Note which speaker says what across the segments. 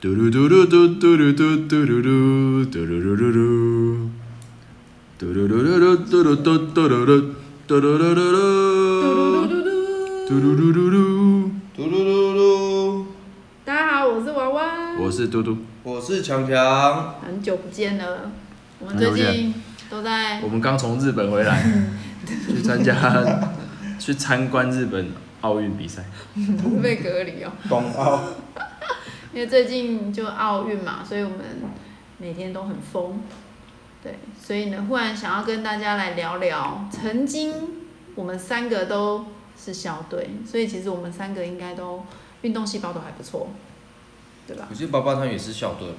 Speaker 1: 嘟噜嘟噜嘟嘟噜嘟嘟噜噜嘟噜噜噜噜，嘟噜噜噜噜嘟噜嘟嘟噜噜嘟噜噜噜噜，嘟噜噜噜噜。
Speaker 2: 嘟噜噜噜，
Speaker 3: 大家好，我是娃娃，
Speaker 1: 我是嘟嘟，
Speaker 2: 我是强强，
Speaker 3: 很久不见了，我们
Speaker 1: 很久
Speaker 3: 最
Speaker 1: 不
Speaker 3: 近都在
Speaker 1: 我们刚从日本回来，去参加去参观日本奥运比赛。
Speaker 3: 被隔离哦，
Speaker 2: 冬奥
Speaker 3: 因为最近就奥运嘛，所以我们每天都很疯，对，所以呢，忽然想要跟大家来聊聊，曾经我们三个都是校队，所以其实我们三个应该都运动细胞都还不错，对吧？
Speaker 4: 我记得爸爸他也是校队嘛，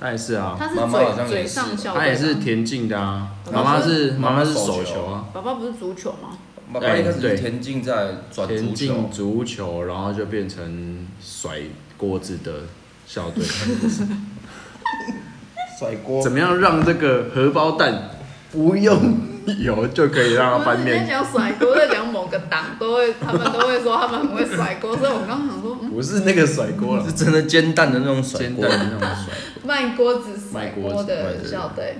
Speaker 1: 他也是啊，
Speaker 3: 他是
Speaker 4: 妈妈好像
Speaker 3: 嘴
Speaker 4: 也
Speaker 3: 嘴
Speaker 4: 是
Speaker 3: 上校队吗，
Speaker 1: 他也是田径的啊，
Speaker 3: 爸
Speaker 1: 妈
Speaker 3: 爸
Speaker 1: 妈
Speaker 3: 是
Speaker 1: 是妈妈是
Speaker 4: 妈妈
Speaker 1: 手
Speaker 4: 手
Speaker 1: 球
Speaker 4: 球
Speaker 1: 啊，
Speaker 3: 宝宝不是足球吗？
Speaker 4: 爸爸一开始
Speaker 1: 对
Speaker 4: 是田径在转
Speaker 1: 田
Speaker 4: 足
Speaker 1: 径、
Speaker 4: 球，
Speaker 1: 足球，然后就变成甩锅子的校队。
Speaker 2: 甩锅
Speaker 1: 怎，么样让这个荷包蛋不用油就可以让它翻
Speaker 3: 不是你在
Speaker 1: 面？
Speaker 3: 讲甩锅，在讲某个党都会，他们都会说他们很会甩锅，所以我刚刚想说，嗯，
Speaker 1: 不是那个甩锅了
Speaker 4: 是，真的煎蛋的那种甩
Speaker 1: 煎
Speaker 4: 锅
Speaker 1: 蛋。的那种甩。
Speaker 3: 卖锅子甩锅的校队。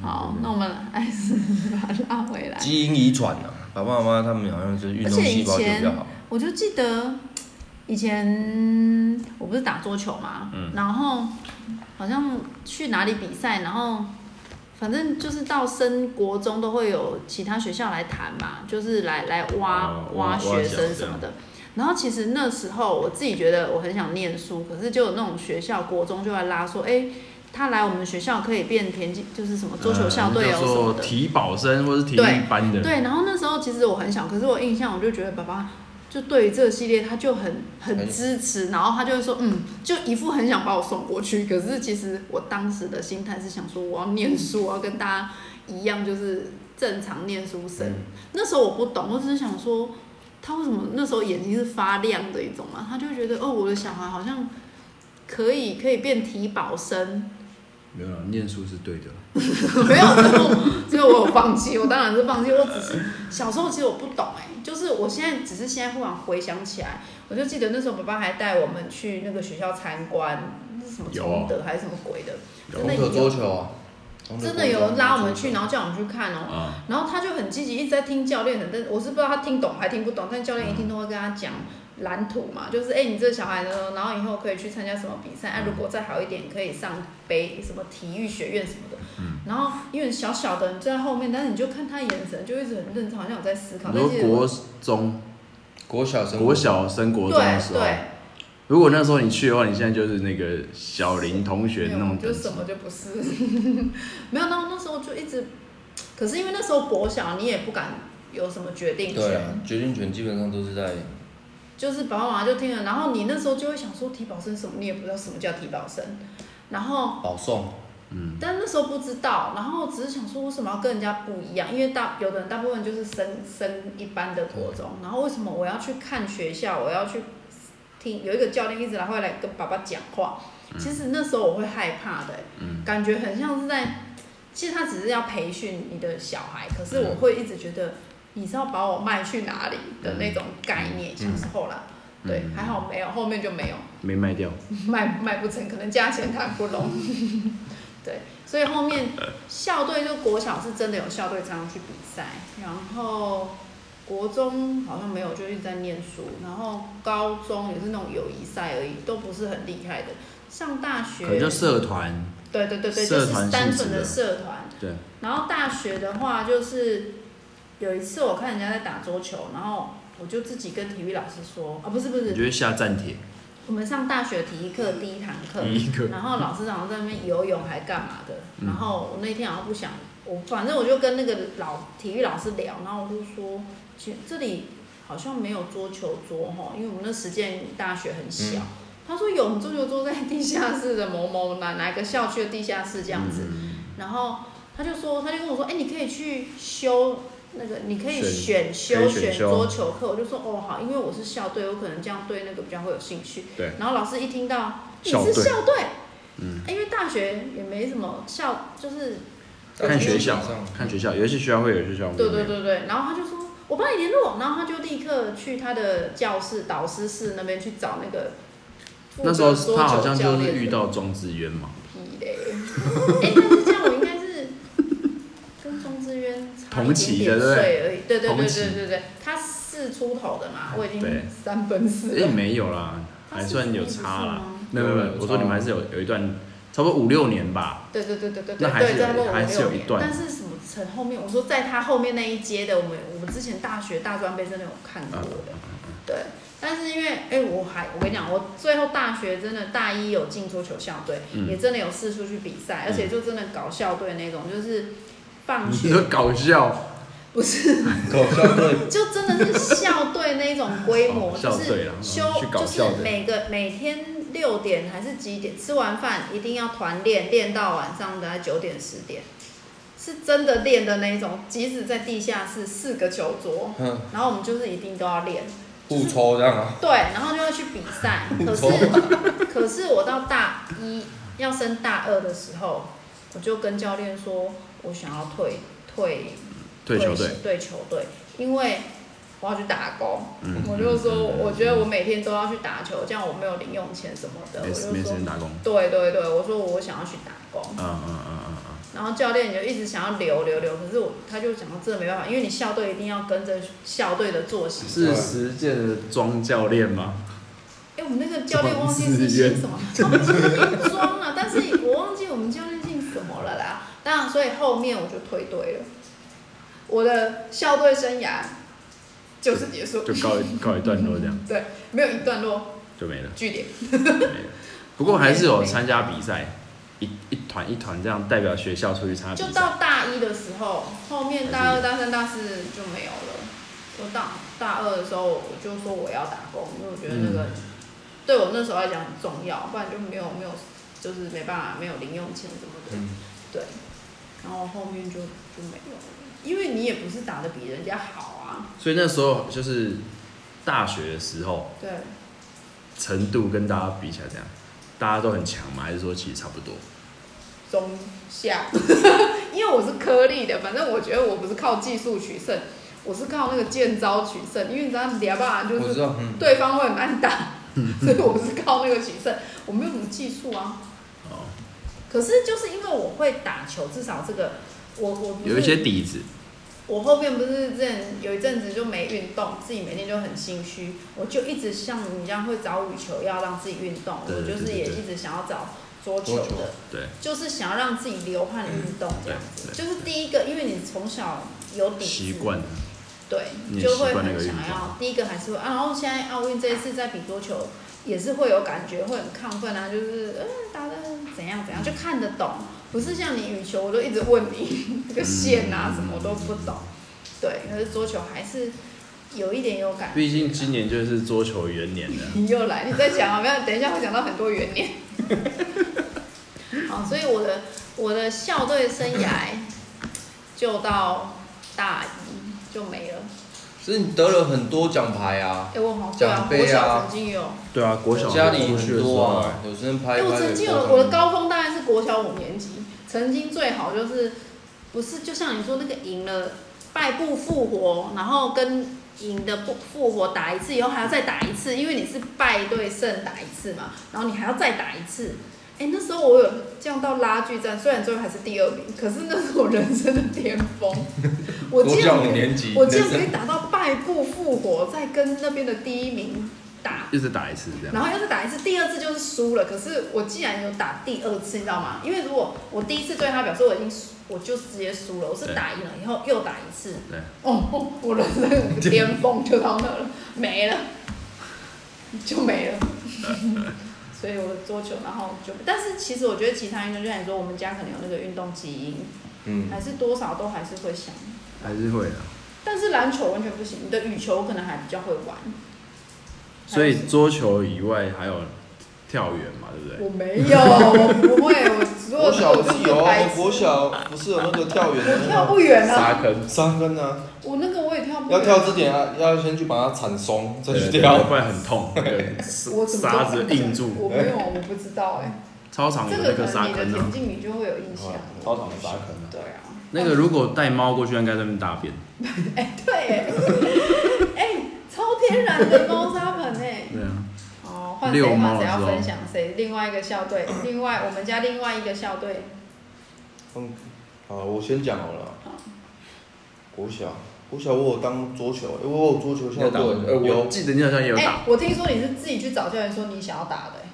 Speaker 3: 好，那我们还是把它拉回来。
Speaker 4: 基因遗传啊，爸爸妈妈他们好像就是运动细胞就比较好。
Speaker 3: 我就记得以前我不是打桌球嘛，
Speaker 1: 嗯
Speaker 3: 然后好像去哪里比赛，然后反正就是到升国中都会有其他学校来谈嘛，就是来来挖
Speaker 1: 哦挖
Speaker 3: 挖学
Speaker 1: 挖
Speaker 3: 生
Speaker 1: 角
Speaker 3: 什么的。然后其实那时候我自己觉得我很想念书，可是就有那种学校国中就来拉说，哎，他来我们学校可以变田径，就是什么桌球校队
Speaker 1: 嗯
Speaker 3: 哦
Speaker 1: 叫
Speaker 3: 什么
Speaker 1: 做
Speaker 3: 的。
Speaker 1: 体保生或是体育班的，
Speaker 3: 对，然后那时候其实我很小，可是我印象我就觉得爸爸就对于这个系列他就很很
Speaker 4: 很
Speaker 3: 支持，然后他就会说嗯，就一副很想把我送过去，可是其实我当时的心态是想说我要念书，我要跟大家一样就是正常念书生。那时候我不懂，我只是想说他为什么那时候眼睛是发亮的一种嘛，他就会觉得哦我的小孩好像可以可以变体保生，
Speaker 1: 没有啦念书是对的啦。
Speaker 3: 没有，最后最后我有放弃，我当然是放弃。我只是小时候其实我不懂哎、就是我现在只是现在忽然回想起来，我就记得那时候爸爸还带我们去那个学校参观，那是什么
Speaker 1: 有
Speaker 3: 崇德还是什么鬼的，真的
Speaker 4: 红球桌
Speaker 3: 有，
Speaker 4: 球啊，
Speaker 3: 真的有拉我们去，然后叫我们去看哦、
Speaker 1: 啊，
Speaker 3: 然后他就很积极，一直在听教练的，但我是不知道他听懂还听不懂，但教练一定都会跟他讲蓝图嘛，就是哎、你这个小孩呢，然后以后可以去参加什么比
Speaker 1: 嗯
Speaker 3: 赛，啊，如果再好一点可以上北什么体育学院什么的。然后因为小小的你站在后面，但是你就看他眼神就一直很认真，好像有在思考，
Speaker 1: 很
Speaker 3: 但
Speaker 1: 多
Speaker 3: 是
Speaker 1: 国中、
Speaker 4: 国小生
Speaker 1: 啊国小升国中的时
Speaker 3: 对
Speaker 1: 候，
Speaker 3: 对，
Speaker 1: 如果那时候你去的话，你现在就是那个小林同学那
Speaker 3: 没有
Speaker 1: 种
Speaker 3: 就
Speaker 1: 等
Speaker 3: 什
Speaker 1: 级。
Speaker 3: 么就不是，没有，那那时候就一直，可是因为那时候国小你也不敢有什么决定
Speaker 4: 对
Speaker 3: 权。
Speaker 4: 啊，决定权基本上都是在
Speaker 3: 就是爸爸妈妈就听了，然后你那时候就会想说体保生什么，你也不知道什么叫体保生，然后
Speaker 4: 保送，
Speaker 3: 但那时候不知道，然后只是想说为什么要跟人家不一样，因为大有的人大部分就是升升一般的国中，然后为什么我要去看学校，我要去听有一个教练一直来会来跟爸爸讲话，其实那时候我会害怕的、感觉很像是在，其实他只是要培训你的小孩，可是我会一直觉得你是要把我卖去哪里的那种概念，小时候啦，对，还好没有，后面就没有。
Speaker 1: 没卖掉，
Speaker 3: 卖卖不成，可能价钱谈不拢。对，所以后面校队就国小是真的有校队常常去比赛，然后国中好像没有，就一直在念书，然后高中也是那种友谊赛而已，都不是很厉害的。上大学，
Speaker 1: 可能就社团，
Speaker 3: 对对对对，就
Speaker 1: 社
Speaker 3: 是
Speaker 1: 团
Speaker 3: 单
Speaker 1: 性
Speaker 3: 纯
Speaker 1: 质
Speaker 3: 的
Speaker 1: 的
Speaker 3: 社团，
Speaker 1: 对，
Speaker 3: 然后大学的话，就是有一次我看人家在打桌球，然后我就自己跟体育老师说，啊不是不
Speaker 1: 你
Speaker 3: 是
Speaker 1: 就，会下站帖，
Speaker 3: 我们上大学体育课第一堂课，
Speaker 1: 第一个嗯
Speaker 3: 然后老师好像在那边游泳还干嘛的，然后我那天好像不想，我反正我就跟那个老体育老师聊，然后我就说，其实这里好像没有桌球桌哈，因为我们那实践大学很小。
Speaker 1: 嗯
Speaker 3: 他说有，我们桌球桌在地下室的某某哪哪个校区的地下室这样子，
Speaker 1: 嗯
Speaker 3: 然后他就说，他就跟我说，哎、你可以去修那个，你可以选
Speaker 1: 选
Speaker 3: 修
Speaker 1: 可以选
Speaker 3: 选
Speaker 1: 修
Speaker 3: 桌球课。我就说，哦，好，因为我是校队，我可能这样对那个比较会有兴趣。
Speaker 1: 对。
Speaker 3: 然后老师一听到你
Speaker 1: 校
Speaker 3: 是
Speaker 1: 队
Speaker 3: 校队，嗯，因为大学也没什么校，就是
Speaker 1: 看学校
Speaker 4: 在基本上，
Speaker 1: 看学校，有一些学校会，有一些学校没有。
Speaker 3: 对对对对，然后他就说我帮你联络，然后他就立刻去他的教室导师室那边去找那个负责
Speaker 1: 那时候
Speaker 3: 桌
Speaker 1: 他好
Speaker 3: 球
Speaker 1: 像
Speaker 3: 教
Speaker 1: 就是
Speaker 3: 练
Speaker 1: 遇到庄智渊嘛，
Speaker 3: 屁嘞！哎，但是这样我应该是跟钟志渊差
Speaker 1: 同期的
Speaker 3: 一点
Speaker 1: 对不
Speaker 3: 点
Speaker 1: 对
Speaker 3: 岁而已，对对对
Speaker 1: 同
Speaker 3: 对
Speaker 1: 期
Speaker 3: 对对对，他四出头的嘛，我已
Speaker 1: 对
Speaker 3: 经三分四
Speaker 1: 哎
Speaker 3: 了，
Speaker 1: 没有啦，
Speaker 3: 他
Speaker 1: 还
Speaker 3: 是
Speaker 1: 算有
Speaker 3: 四十
Speaker 1: 差啦
Speaker 3: 吗。
Speaker 1: 没有没有没有，我说你们还是有有一段，差不多五六年吧。
Speaker 3: 对对对对对对，
Speaker 1: 那还是有
Speaker 3: 对差不多
Speaker 1: 还是有一
Speaker 3: 五六年
Speaker 1: 段
Speaker 3: 但是什么陈后面，我说在他后面那一阶的，我们我们之前大学大专杯真的有看过
Speaker 1: 嗯
Speaker 3: 的，对。但是因为哎、我还我跟你讲，我最后大学真的大一有进桌球校队，
Speaker 1: 嗯
Speaker 3: 也真的有四处去比赛，而且就真的搞校队那种，就是放
Speaker 1: 你
Speaker 3: 学
Speaker 1: 说搞笑
Speaker 3: 不是，
Speaker 4: 搞笑队
Speaker 3: 就真的是校队那一种规模，
Speaker 1: 哦
Speaker 3: 就
Speaker 1: 校队
Speaker 3: 是
Speaker 1: 啦嗯
Speaker 3: 休
Speaker 1: 去，搞
Speaker 3: 就是
Speaker 1: 校队
Speaker 3: 每个每天六点还是几点吃完饭一定要团练，练到晚上的九点十点，是真的练的那一种，即使在地下室四个球桌，
Speaker 4: 嗯
Speaker 3: 然后我们就是一定都要练，
Speaker 4: 互抽这样啊，
Speaker 3: 对，然后就要去比 赛。可是可是我到大一要升大二的时候，我就跟教练说，我想要退退
Speaker 1: 退球队，
Speaker 3: 对球队，因为我要去打工，
Speaker 1: 嗯
Speaker 3: 我就说，我觉得我每天都要去打球，这样我没有零用钱什么的，我
Speaker 1: 没
Speaker 3: 就
Speaker 1: 事没时
Speaker 3: 说
Speaker 1: 间，打工。
Speaker 3: 对对对，我说我想要去打工，
Speaker 1: 嗯嗯嗯嗯嗯
Speaker 3: 然后教练就一直想要留留留，可是我他就讲到这没办法，因为你校队一定要跟着校队的作息
Speaker 1: 嗯，。是实践的庄教练吗？
Speaker 3: 哎，我们那个教练忘记是姓什么，他们是名庄啊，但是我忘记我们教练姓什么了啦。当然，所以后面我就退队了，我的校队生涯就是结束，
Speaker 1: 就告一告一段落这样
Speaker 3: 对，没有一段落
Speaker 1: 就没了。
Speaker 3: 据点。
Speaker 1: 没了不过还是有参加比赛，一一团一团这样代表学校出去参加
Speaker 3: 就
Speaker 1: 比赛。
Speaker 3: 到大一的时候，后面大二、大三、大四就没有了。我大大二的时候，我就说我要打工，因为我觉得那个、对我那时候来讲很重要，不然就没有没有就是没办法没有零用钱什么的。
Speaker 4: 嗯
Speaker 3: 对，然后后面就就没有了，因为你也不是打的比人家好啊。
Speaker 1: 所以那时候就是大学的时候，
Speaker 3: 对，
Speaker 1: 程度跟大家比起来，这样大家都很强吗？还是说其实差不多？
Speaker 3: 中下， 因为我是颗粒的，反正我觉得我不是靠技术取胜，我是靠那个见招取胜，因为你知道俩爸就
Speaker 4: 我
Speaker 3: 是
Speaker 4: 知道，嗯，
Speaker 3: 对方会很难打， 所以我是靠那个取胜，我没有什么技术啊。
Speaker 1: 哦，
Speaker 3: 可是就是因为我会打球，至少这个我我不是
Speaker 1: 有一些底子，
Speaker 3: 我后面不是之前有一阵子就没运动，自己每天就很心虚，我就一直像你一样会找羽球，要让自己运动，
Speaker 1: 对
Speaker 3: 我
Speaker 1: 对
Speaker 3: 就是
Speaker 1: 对
Speaker 3: 也
Speaker 1: 对
Speaker 3: 一直想要找桌球
Speaker 4: 桌球
Speaker 3: 的，
Speaker 1: 对，
Speaker 3: 就是想要让自己流汗运动这样子。
Speaker 1: 对
Speaker 3: 就是第一个，因为你从小有底
Speaker 1: 习
Speaker 3: 子，
Speaker 1: 惯，你
Speaker 3: 对，
Speaker 1: 也
Speaker 3: 就
Speaker 1: 习
Speaker 3: 会
Speaker 1: 惯那
Speaker 3: 很
Speaker 1: 个运
Speaker 3: 想
Speaker 1: 动
Speaker 3: 要。第一个还是会啊，然后现在奥运这一次在比桌球也是会有感觉，会很亢奋啊，就是嗯打的怎样怎样，就看得懂，不是像你羽球，我都一直问你 这个线
Speaker 1: 嗯
Speaker 3: 啊什么我都不懂。对，可是桌球还是有一点有感觉。
Speaker 1: 毕竟今年就是桌球元年了。
Speaker 3: 你又来，你再讲啊，没有，等一下会讲到很多元年。好，所以我的我的校队生涯就到大一就没了。
Speaker 4: 所以你得了很多奖牌啊，
Speaker 3: 哎、我好像对啊，
Speaker 4: 奖
Speaker 3: 我
Speaker 4: 杯啊
Speaker 3: 小曾经有，
Speaker 1: 对啊，国小
Speaker 4: 家里
Speaker 1: 出去
Speaker 4: 很
Speaker 1: 的时
Speaker 4: 多
Speaker 1: 候，
Speaker 4: 啊，有生
Speaker 3: 哎、
Speaker 4: 拍一
Speaker 3: 我
Speaker 4: 拍
Speaker 3: 曾
Speaker 4: 给
Speaker 3: 经
Speaker 4: 国
Speaker 3: 有
Speaker 4: 中
Speaker 3: 我的高峰大概是国小五年级，曾经最好就是不是就像你说那个赢了败部复活，然后跟赢的不复活打一次以后还要再打一次，因为你是败对胜打一次嘛，然后你还要再打一次。哎、那时候我有这样到拉锯战，虽然最后还是第二名，可是那是我人生的巅 峰。我
Speaker 4: 国
Speaker 3: 竟然
Speaker 4: 小
Speaker 3: 可
Speaker 4: 五
Speaker 3: 以
Speaker 4: 年级，
Speaker 3: 我竟然可
Speaker 4: 人
Speaker 3: 以
Speaker 4: 生
Speaker 3: 打到败部复活，再跟那边的第一名打
Speaker 1: 一直打一次这样。
Speaker 3: 然后要是打一次，第二次就是输了。可是我既然有打第二次，你知道吗？因为如果我第一次对他表示我已经输，我就直接输了。我是
Speaker 1: 对
Speaker 3: 打赢了以后又打一次，
Speaker 1: 对，
Speaker 3: 哦，我人生 我的巅峰就到那了，没了，就没了。 所以我的桌球，然后就，但是其实我觉得其他运动，就像你说，我们家可能有那个运动基因，
Speaker 4: 嗯，
Speaker 3: 还是多少都还是会想。
Speaker 1: 还是会的。啊
Speaker 3: 但是篮球完全不行，你的羽球可能还比较会玩。
Speaker 1: 所
Speaker 3: 还有什
Speaker 1: 以
Speaker 3: 么
Speaker 1: 桌球以外还有跳远嘛，对不对？
Speaker 3: 我没有，我不会，我 只有
Speaker 4: 国小
Speaker 3: 我
Speaker 4: 是
Speaker 3: 是
Speaker 4: 有
Speaker 3: 个
Speaker 4: 啊
Speaker 3: 白，
Speaker 4: 我国
Speaker 3: 痴，
Speaker 4: 小不是有那个跳远的那
Speaker 3: 跳
Speaker 4: 个
Speaker 3: 不远啊，
Speaker 1: 沙坑
Speaker 4: 三根啊，
Speaker 3: 我那个我也跳不
Speaker 4: 要
Speaker 3: 远。
Speaker 4: 跳之前啊，要先去把它铲松，再去
Speaker 1: 对对对
Speaker 4: 跳。
Speaker 1: 不然很痛，对
Speaker 3: 我怎么
Speaker 1: 沙子硬
Speaker 3: 我
Speaker 1: 住。
Speaker 3: 没有，我不知道哎、
Speaker 1: 操场有那
Speaker 3: 这个
Speaker 1: 个
Speaker 3: 可能
Speaker 1: 沙
Speaker 3: 你的
Speaker 1: 坑
Speaker 3: 田
Speaker 1: 啊，
Speaker 3: 径你就会有印象。
Speaker 4: 操场沙坑啊，
Speaker 3: 对啊，
Speaker 1: 那个如果带猫过去，应该在那边大便。
Speaker 3: 对哎、哎、超天然的猫砂盆哎、
Speaker 1: 对啊，
Speaker 3: 哦，换
Speaker 5: 遛
Speaker 3: 谁
Speaker 5: 猫
Speaker 3: 换谁
Speaker 5: 的
Speaker 3: 要
Speaker 5: 时候
Speaker 3: 分享谁，另外一个校
Speaker 1: 嗯
Speaker 3: 队，另外我们家另外一个校队，
Speaker 4: 嗯，好，我先讲好了啊。国小，国小我有当桌球，因为我有桌球校
Speaker 6: 你有
Speaker 4: 队，
Speaker 6: 打吗
Speaker 4: 呃
Speaker 5: 我
Speaker 4: 有。
Speaker 5: 记得你好像也有
Speaker 3: 哎、
Speaker 5: 打，
Speaker 3: 我听说你是自己去找教练说你想要打的、欸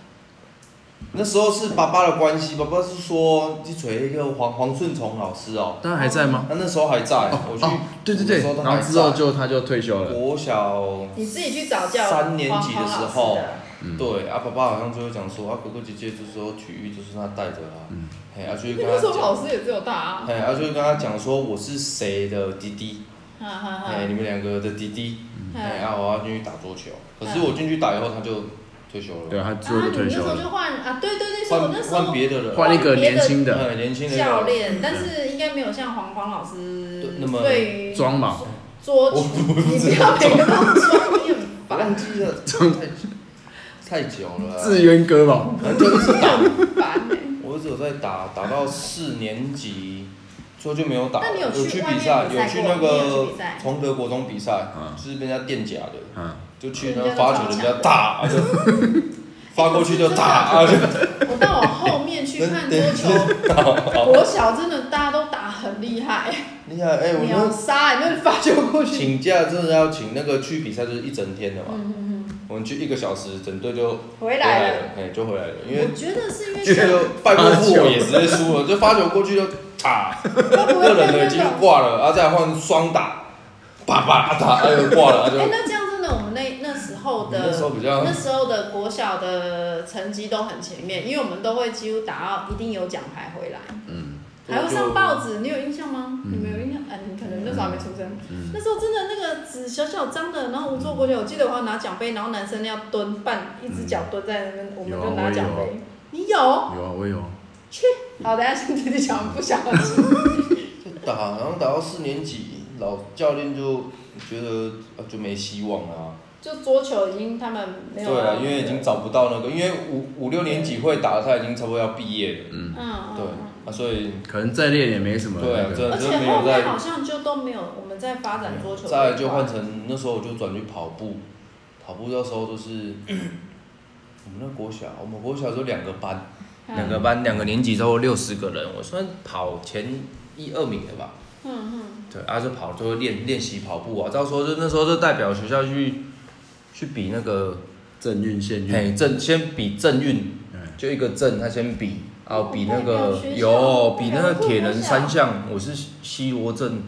Speaker 4: 那时候是爸爸的关系，爸爸是说去锤一个黄黄顺从老师哦，
Speaker 5: 当然还在吗？
Speaker 4: 他那时候还在，我去
Speaker 5: 哦，对对对
Speaker 4: 那时候，他
Speaker 5: 然后
Speaker 4: 还
Speaker 5: 之后
Speaker 4: 在
Speaker 5: 就他就退
Speaker 3: 嗯
Speaker 5: 休了，
Speaker 4: 国小
Speaker 3: 你自己去找教
Speaker 4: 三年级
Speaker 3: 黄
Speaker 4: 的时
Speaker 3: 黄老师
Speaker 4: 候
Speaker 3: 的
Speaker 5: 嗯
Speaker 4: 对，啊，爸爸好像就会讲说，啊，哥哥姐姐就是说体育就是他带着啦，
Speaker 5: 嗯
Speaker 4: 嘿，啊，就
Speaker 3: 那
Speaker 4: 会跟
Speaker 3: 个
Speaker 4: 他
Speaker 3: 时候
Speaker 4: 讲，
Speaker 3: 老师也只有大啊，
Speaker 4: 嘿，啊，就会跟他讲说我是谁的弟弟，哎
Speaker 3: 哈哈哈
Speaker 4: 嘿，，你们两个的弟弟，嘿，
Speaker 3: 嗯
Speaker 4: 啊，我要进去打桌球，可是我进去打以后他就退休了，
Speaker 5: 对，他之
Speaker 3: 啊
Speaker 5: 后就
Speaker 3: 你那
Speaker 5: 退
Speaker 3: 时
Speaker 5: 休
Speaker 3: 候
Speaker 5: 了。
Speaker 3: 就换啊，对对对，是我
Speaker 4: 换
Speaker 3: 那时
Speaker 4: 换
Speaker 3: 候
Speaker 4: 别的人，
Speaker 5: 换一个年轻的
Speaker 4: 哎，年轻人
Speaker 3: 教练，但是应该没有像黄黄老师
Speaker 4: 对那么
Speaker 3: 对于
Speaker 5: 装嘛，
Speaker 3: 桌球，你不要每个都装， 你很
Speaker 4: 我
Speaker 3: 烦，
Speaker 4: 忘记 了，太太久了啊，
Speaker 5: 志渊哥吧，
Speaker 4: 反正就是打，
Speaker 3: 很烦欸
Speaker 4: 我只有在打，打到四年级，之后就没有打了。
Speaker 3: 那你有去
Speaker 4: 去
Speaker 3: 外面
Speaker 4: 比赛，
Speaker 3: 比赛
Speaker 4: 有去
Speaker 3: 过
Speaker 4: 那
Speaker 3: 你有去
Speaker 4: 个
Speaker 3: 比赛
Speaker 4: 崇德国中比赛
Speaker 5: 嗯，
Speaker 4: 就是被人家垫假的，
Speaker 5: 嗯，
Speaker 4: 就去那发球，人家打，啊就发过去就打，
Speaker 3: 哎
Speaker 4: 啊就
Speaker 3: 我到我后面去看桌球，国小真的大家都打很厉害，
Speaker 4: 你想，哎，我
Speaker 3: 秒
Speaker 4: 们
Speaker 3: 杀，你那 发球过去，
Speaker 4: 请假真的要请那个去比赛，就是一整天的嘛。
Speaker 3: 嗯嗯嗯，
Speaker 4: 我们去一个小时，整队就
Speaker 3: 回
Speaker 4: 回
Speaker 3: 来
Speaker 4: 来
Speaker 3: 了。
Speaker 4: 了，哎，就回来了，因为
Speaker 3: 我觉得是因为
Speaker 4: 就
Speaker 3: 像
Speaker 4: 拜过父我也直接输了，就 发球过去就打。
Speaker 3: 会不会跟
Speaker 4: 个人的
Speaker 3: 那
Speaker 4: 已经
Speaker 3: 种，
Speaker 4: 挂了，然后啊再换双打，叭叭打，哎呦挂了，啊就
Speaker 3: 哎，那这样真的，我们那那时候的
Speaker 4: 那时候比较
Speaker 3: 那时候的国小的成绩都很前面，因为我们都会几乎打到一定有奖牌回来，
Speaker 5: 嗯，
Speaker 3: 还会
Speaker 4: 就
Speaker 3: 上报纸，你有印象吗？
Speaker 5: 嗯
Speaker 3: 你们有印象？哎，你可能那时候还没出生。
Speaker 5: 嗯
Speaker 3: 那时候真的那个纸小小张的，然后我做国小，我记得我好像拿奖杯，然后男生要蹲半，一只脚蹲在那边，我们
Speaker 5: 有啊
Speaker 3: 就拿奖
Speaker 5: 我也
Speaker 3: 杯。你
Speaker 5: 有
Speaker 3: 有？
Speaker 5: 啊，我有啊，
Speaker 3: 好，等一下先弟弟讲，我不想了。
Speaker 4: 打，然后打到四年级，老教练就觉得啊就没希望啊，
Speaker 3: 就桌球已经他们没有
Speaker 4: 对啊，因为已经找不到那个，因为五五六年级会打，他已经差不多要毕业了，
Speaker 3: 嗯嗯
Speaker 4: 对
Speaker 3: 嗯。
Speaker 4: 啊，所以
Speaker 5: 可能再练也没什么
Speaker 4: 对啊
Speaker 5: 那，个，
Speaker 4: 真
Speaker 3: 而
Speaker 4: 的
Speaker 3: 且
Speaker 4: 就没
Speaker 3: 后
Speaker 4: 有
Speaker 3: 面
Speaker 4: 在，
Speaker 3: 好像就都没有我们在发展桌球，
Speaker 4: 再来就换成那时候我就转去跑步，跑步那时候就是 我们那国小，我们国小就两个班。
Speaker 3: 嗯
Speaker 4: 两个班两个年级之后六十个人，我算跑前一二名的吧。
Speaker 3: 嗯
Speaker 4: 对，啊就跑就会练练习跑步啊，到时候就那时候就代表学校去去比那个，
Speaker 5: 正运现运，
Speaker 4: 嘿正先比正运，
Speaker 5: 嗯
Speaker 4: 就一个正他先比，啊比那
Speaker 3: 代
Speaker 4: 个
Speaker 3: 表学校
Speaker 4: 有比
Speaker 3: 代
Speaker 4: 那
Speaker 3: 表
Speaker 4: 个铁
Speaker 3: 国
Speaker 4: 人
Speaker 3: 小
Speaker 4: 三项，我是西罗镇